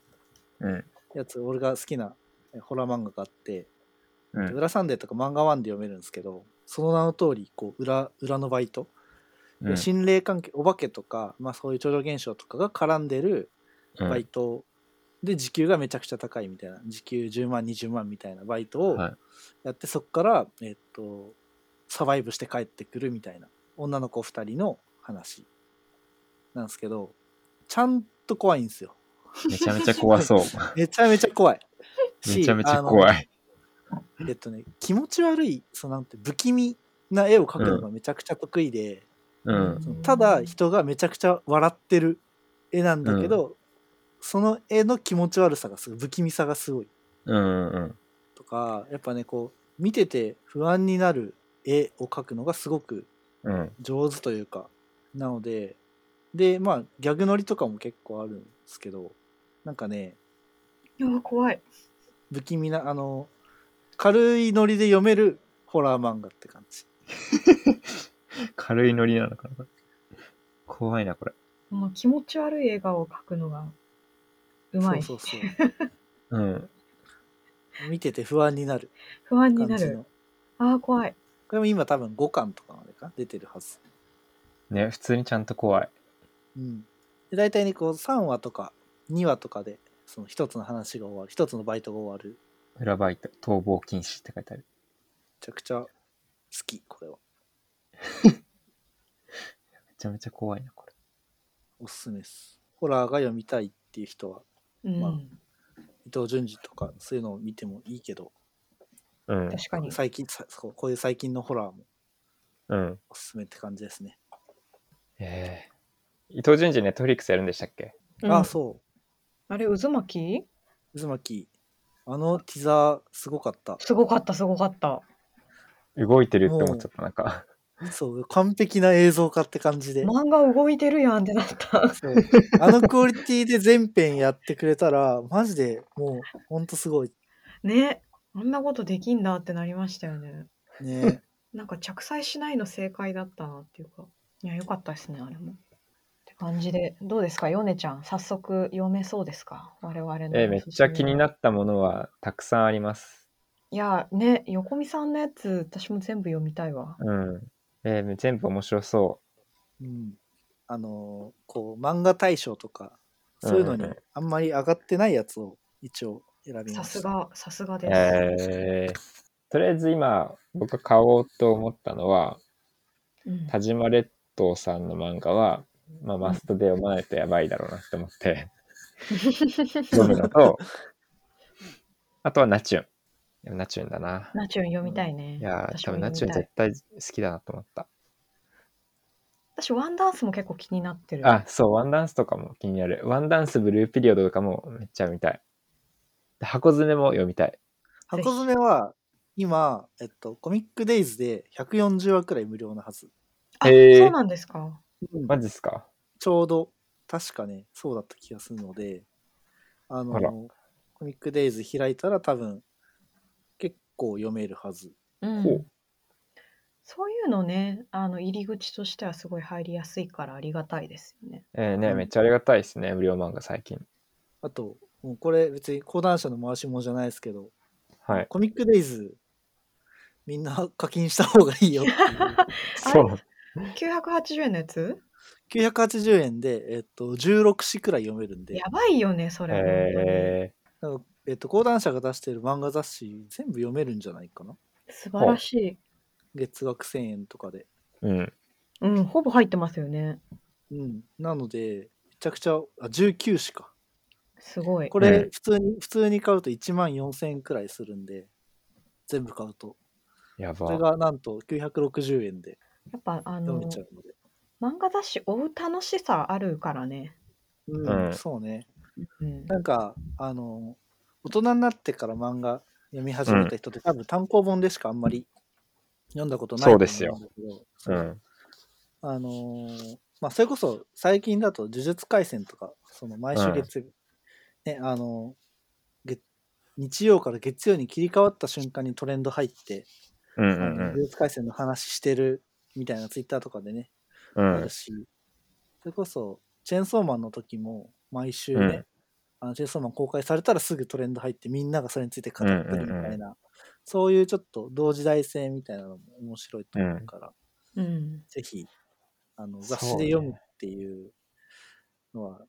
A: うん。
C: やつ、俺が好きなえホラー漫画があって、
A: うん。
C: 裏サンデーとか漫画ワンで読めるんですけどその名の通りこう裏裏のバイト、
A: うん。
C: 心霊関係お化けとか、まあ、そういう超常現象とかが絡んでるバイトで時給がめちゃくちゃ高いみたいな時給10万20万みたいなバイトを
A: はい
C: やってそこから、えっとサバイブして帰ってくるみたいな女の子2人の話なんですけどちゃんと怖いんですよ
A: めちゃめちゃ怖 そう。
C: めちゃめちゃ怖 い
A: めちゃめちゃ
C: い
A: 怖い。
C: えっとね、気持ち悪い、そうなんて不気味な絵を描くのがめちゃくちゃ得意で、
A: うん。
C: そのただ人がめちゃくちゃ笑ってる絵なんだけど、その絵の気持ち悪さがすごい、不気味さがすごい
A: うん。うん。
C: とか、やっぱね、こう、見てて不安になる絵を描くのがすごく
A: ううん。
C: 上手というかなのででまあギャグ乗りとかも結構あるんですけどなんかね
B: いや怖い。
C: 不気味なあの軽いノリで読めるホラー漫画って感じ
A: 軽いノリなのかなこれ怖いな、これ。
B: もう気持ち悪い笑顔を描くのがうまい。
C: そうそうそ
A: う
C: う
A: ん。
C: 見てて不安になる
B: 不安に
C: 感
B: な
C: じ
B: る。
C: の
B: ああ、怖い。
C: これも今多分5巻とかまでか出てるはず
A: ね、普通にちゃんと怖い。
C: うんで大体ねこう3話とか2話とかでその一つの話が終わる一つのバイトが終わる
A: 裏バイト、逃亡禁止って書いてある。
C: めちゃくちゃ好きこれは
A: めちゃめちゃ怖いな、これ。
C: おすすめですホラーが読みたいっていう人は
B: うん。
C: まあ伊藤潤二とかそういうのを見てもいいけど
A: うん。
B: 確かに。
C: 最近さそうこういう最近のホラーも
A: うん。
C: おすすめって感じですね、
A: ええ伊藤潤二ネットフリックスやるんでしたっけ
B: うん
C: あそ
B: あれ、渦巻き
C: う渦巻あのティザーすごかった
B: すごかった、すごかった。
A: 動いてるって思っちゃった、なんか。
C: そう完璧な映像化って感じで
B: 漫画動いてるやんってな った。
C: そう あのクオリティで全編やってくれたらマジでもうほんとすごい
B: ね。あんなことできんだってなりましたよね。
C: ね
B: なんか着彩しないの正解だったなっていうか。いや、よかったですね、あれも。って感じで、どうですか、ヨネちゃん、早速読めそうですか我々の。
A: えーめっちゃ気になったものはたくさんあります。
B: いや、ね、横見さんのやつ、私も全部読みたいわ。
A: うん。えー全部面白そ
C: うんあのーこう漫画大賞とかそういうのに
A: うんうん
C: あんまり上がってないやつを一応選び
B: さ
C: ますす
B: が、さすが
A: う。
B: です。
A: えーとりあえず今、僕が買おうと思ったのは、
B: うん
A: 田島列島さんの漫画は、まあ、マストで読まないとやばいだろうなって思って、読むのと、あとはナチュン。でもナチュンだな。
B: ナチュン読みたいね。
A: いやー、
B: 私
A: 多
B: も
A: 分ナチ
B: 読
A: ュン
B: みた
A: 絶
B: い。
A: 対好きだなと思った。
B: 私、ワンダンスも結構気になってる。
A: あ、そう、ワンダンスとかも気になる。ワンダンスブルーピリオドとかもめっちゃ見たい。で箱詰めも読みたい。
B: ぜひ
C: 箱詰めは今、えっと、コミックデイズで140話くらい無料なはず、
B: あ
A: へー
B: そうなんですか。
C: ま
A: マジっすか
C: ちょうど確かねそうだった気がするのであの
A: あら
C: コミックデイズ開いたら多分結構読めるはず
B: うん
A: ほう
B: そういうのね、あの入り口としてはすごい入りやすいからありがたいですよね。
A: えー、ね、
C: うん
A: めっちゃありがたいですね、無料漫画最近。
C: あともうこれ別に講談社の回し物じゃないですけど
A: はい。。
C: コミックデイズみんな課金した方がいいよって
B: そう980円のやつ
C: いう980円で、えっと、16詩くらい読めるんで
B: やばいよね、そ
A: え
B: れ。
C: なんかえっと、講談社が出してる漫画雑誌全部読めるんじゃないかな
B: 素晴らしい。
C: 月額1000円とかで。
A: ー、うん。
B: うん、ほぼ入ってますよね。
C: うん。なので、めちゃくちゃ、あ、19しか。
B: すごい。
C: こ
A: う
C: れ
A: ん、
C: 普通に、普通に買うと1万4000円くらいするんで、全部買うと。
A: や
C: それ
A: ば。
C: がなんと960円で
B: やっぱあ
C: 読
B: の
C: めちゃうので。
B: 漫画雑誌追う楽しさあるからね。
C: うん、
A: うん
C: そうね。
B: うん、
C: なんか、あの、大人になってから漫画読み始めた人って、多分単行本でしかあんまり読んだことないと思んだけど
A: そうん。
C: あのーまあ、それこそ最近だと「呪術廻戦」とかその毎週月、ねあのー月日曜から月曜に切り替わった瞬間にトレンド入って、
A: うんう
C: あの呪
A: ん
C: 術廻戦の話してるみたいなツイッターとかでね、
A: う
C: あ
A: ん。うん
C: る。しそれこそ「チェーンソーマン」の時も毎週ね、
A: うん
C: あのチェーンソーマン公開されたらすぐトレンド入ってみんながそれについて語ってるみたいな、
A: うんうん
C: そういうちょっと同時代性みたいなのも面白いと思うか
B: う
C: ら。
B: ん、
C: ぜひあ
A: そう
C: の
A: ね
C: 雑誌で読むっていうのは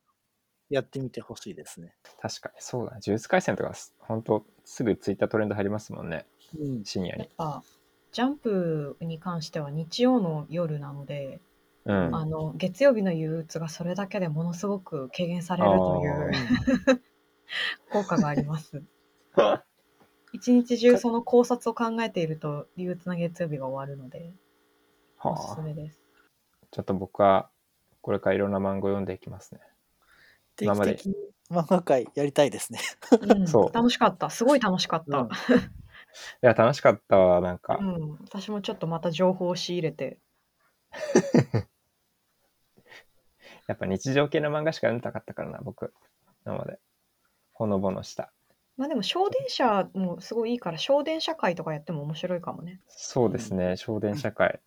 C: やってみてほしいですね。
A: 確かに、そうだ。呪術廻戦とかす、ほんと、すぐツイッタートレンド入りますもんね。
C: うん、
A: 深夜
B: やっ
A: に。
B: ぱジャンプに関しては日曜の夜なので、
A: うん。
B: あの月曜日の憂鬱がそれだけでものすごく軽減されるという 効果があ ります。
A: あ
B: 一日中その考察を考えていると憂鬱な月曜日が終わるので
A: ー
B: おすす
A: はあ。
B: めです。
A: ちょっと僕は、これからいろんな漫画読んでいきますね。
C: 定
A: 今ま
C: 期
A: で
C: 的に漫画界やりたいですね。
B: うん
A: そう
B: 楽しかった。すごい楽しかっ
C: うん
B: た。
A: いや、楽しかったわ、なんか
B: う。ん、私もちょっとまた情報を仕入れて
A: やっぱ日常系の漫画しか読んでなかったからな、僕。なので、ほのぼのした。
B: まあでも、小電車もすごいいいから、小電車会とかやっても面白いかもね。
A: そうですね、少年社会。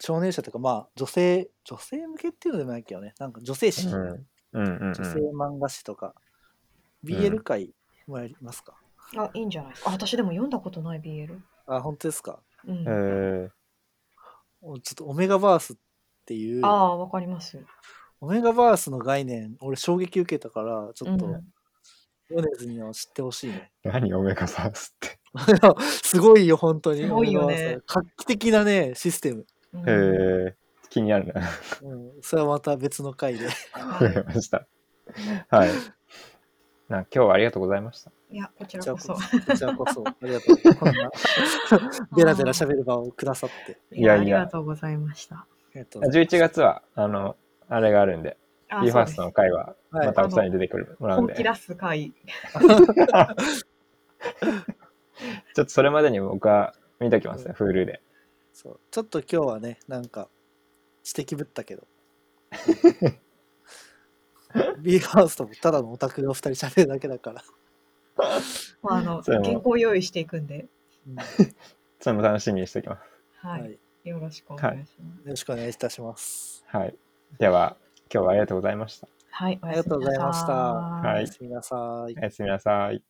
C: 少年者というかまあ女性女性向けっていうのでもないけどねなんか女性誌、
A: うん。うんうん
C: 女性漫画誌とか BL 界もやりますか、
B: あ、いいんじゃないですか。あ私でも読んだことない BL。
C: あ本当ですか
B: うん。
A: うん。えー
C: おちょっとオメガバースっていう
B: ああ、わかります。
C: オメガバースの概念俺衝撃受けたからちょっと、
B: うん
C: ヨネズには知ってほしいね
A: 何オメガサースって。
C: すごいよ本当に
B: すごいよね
C: オメガバース画期的なねシステム、
B: う
A: へ
B: ん
A: え気になるな。
C: うん、それはまた別 の回で
A: わかりました。はい。な今日はありがとうございました。
B: いや、こちら
C: じゃあ
B: こ
C: こ
B: そ
C: そ。じゃあこそありがとうこん なベラベラ喋る場をくださって
A: いやいや
B: ありがとうございました。
C: ありがとうございます
A: 11月は、あの、あれがあるんで、
B: あ
A: b ファーストの回は、
C: はい
A: またお二人に出てくる、もらうんで、
B: 本気
A: ちょ
B: 出す回。
A: っとそれまでに僕は見ときますね、Hulu で。
C: そうちょっと今日はねなんか知的ぶったけ ど B ハウスともただのオタクでお二人喋るだけだから、
B: まあ、あ の、
A: それも
B: 原稿用意していくんで、
C: うん
A: それも楽しみにしておきます。
B: は
C: はい、
B: い。
C: よ
B: よろしくお願いします。
C: ろしくお願いいたします
A: はい。では、今日はありがとうございました。
B: はい、お
C: あ
B: や
C: り
B: す
C: が
B: みなさ
C: とうございました
A: は
C: お
A: い
C: やすみなさい
A: おやすみなさい。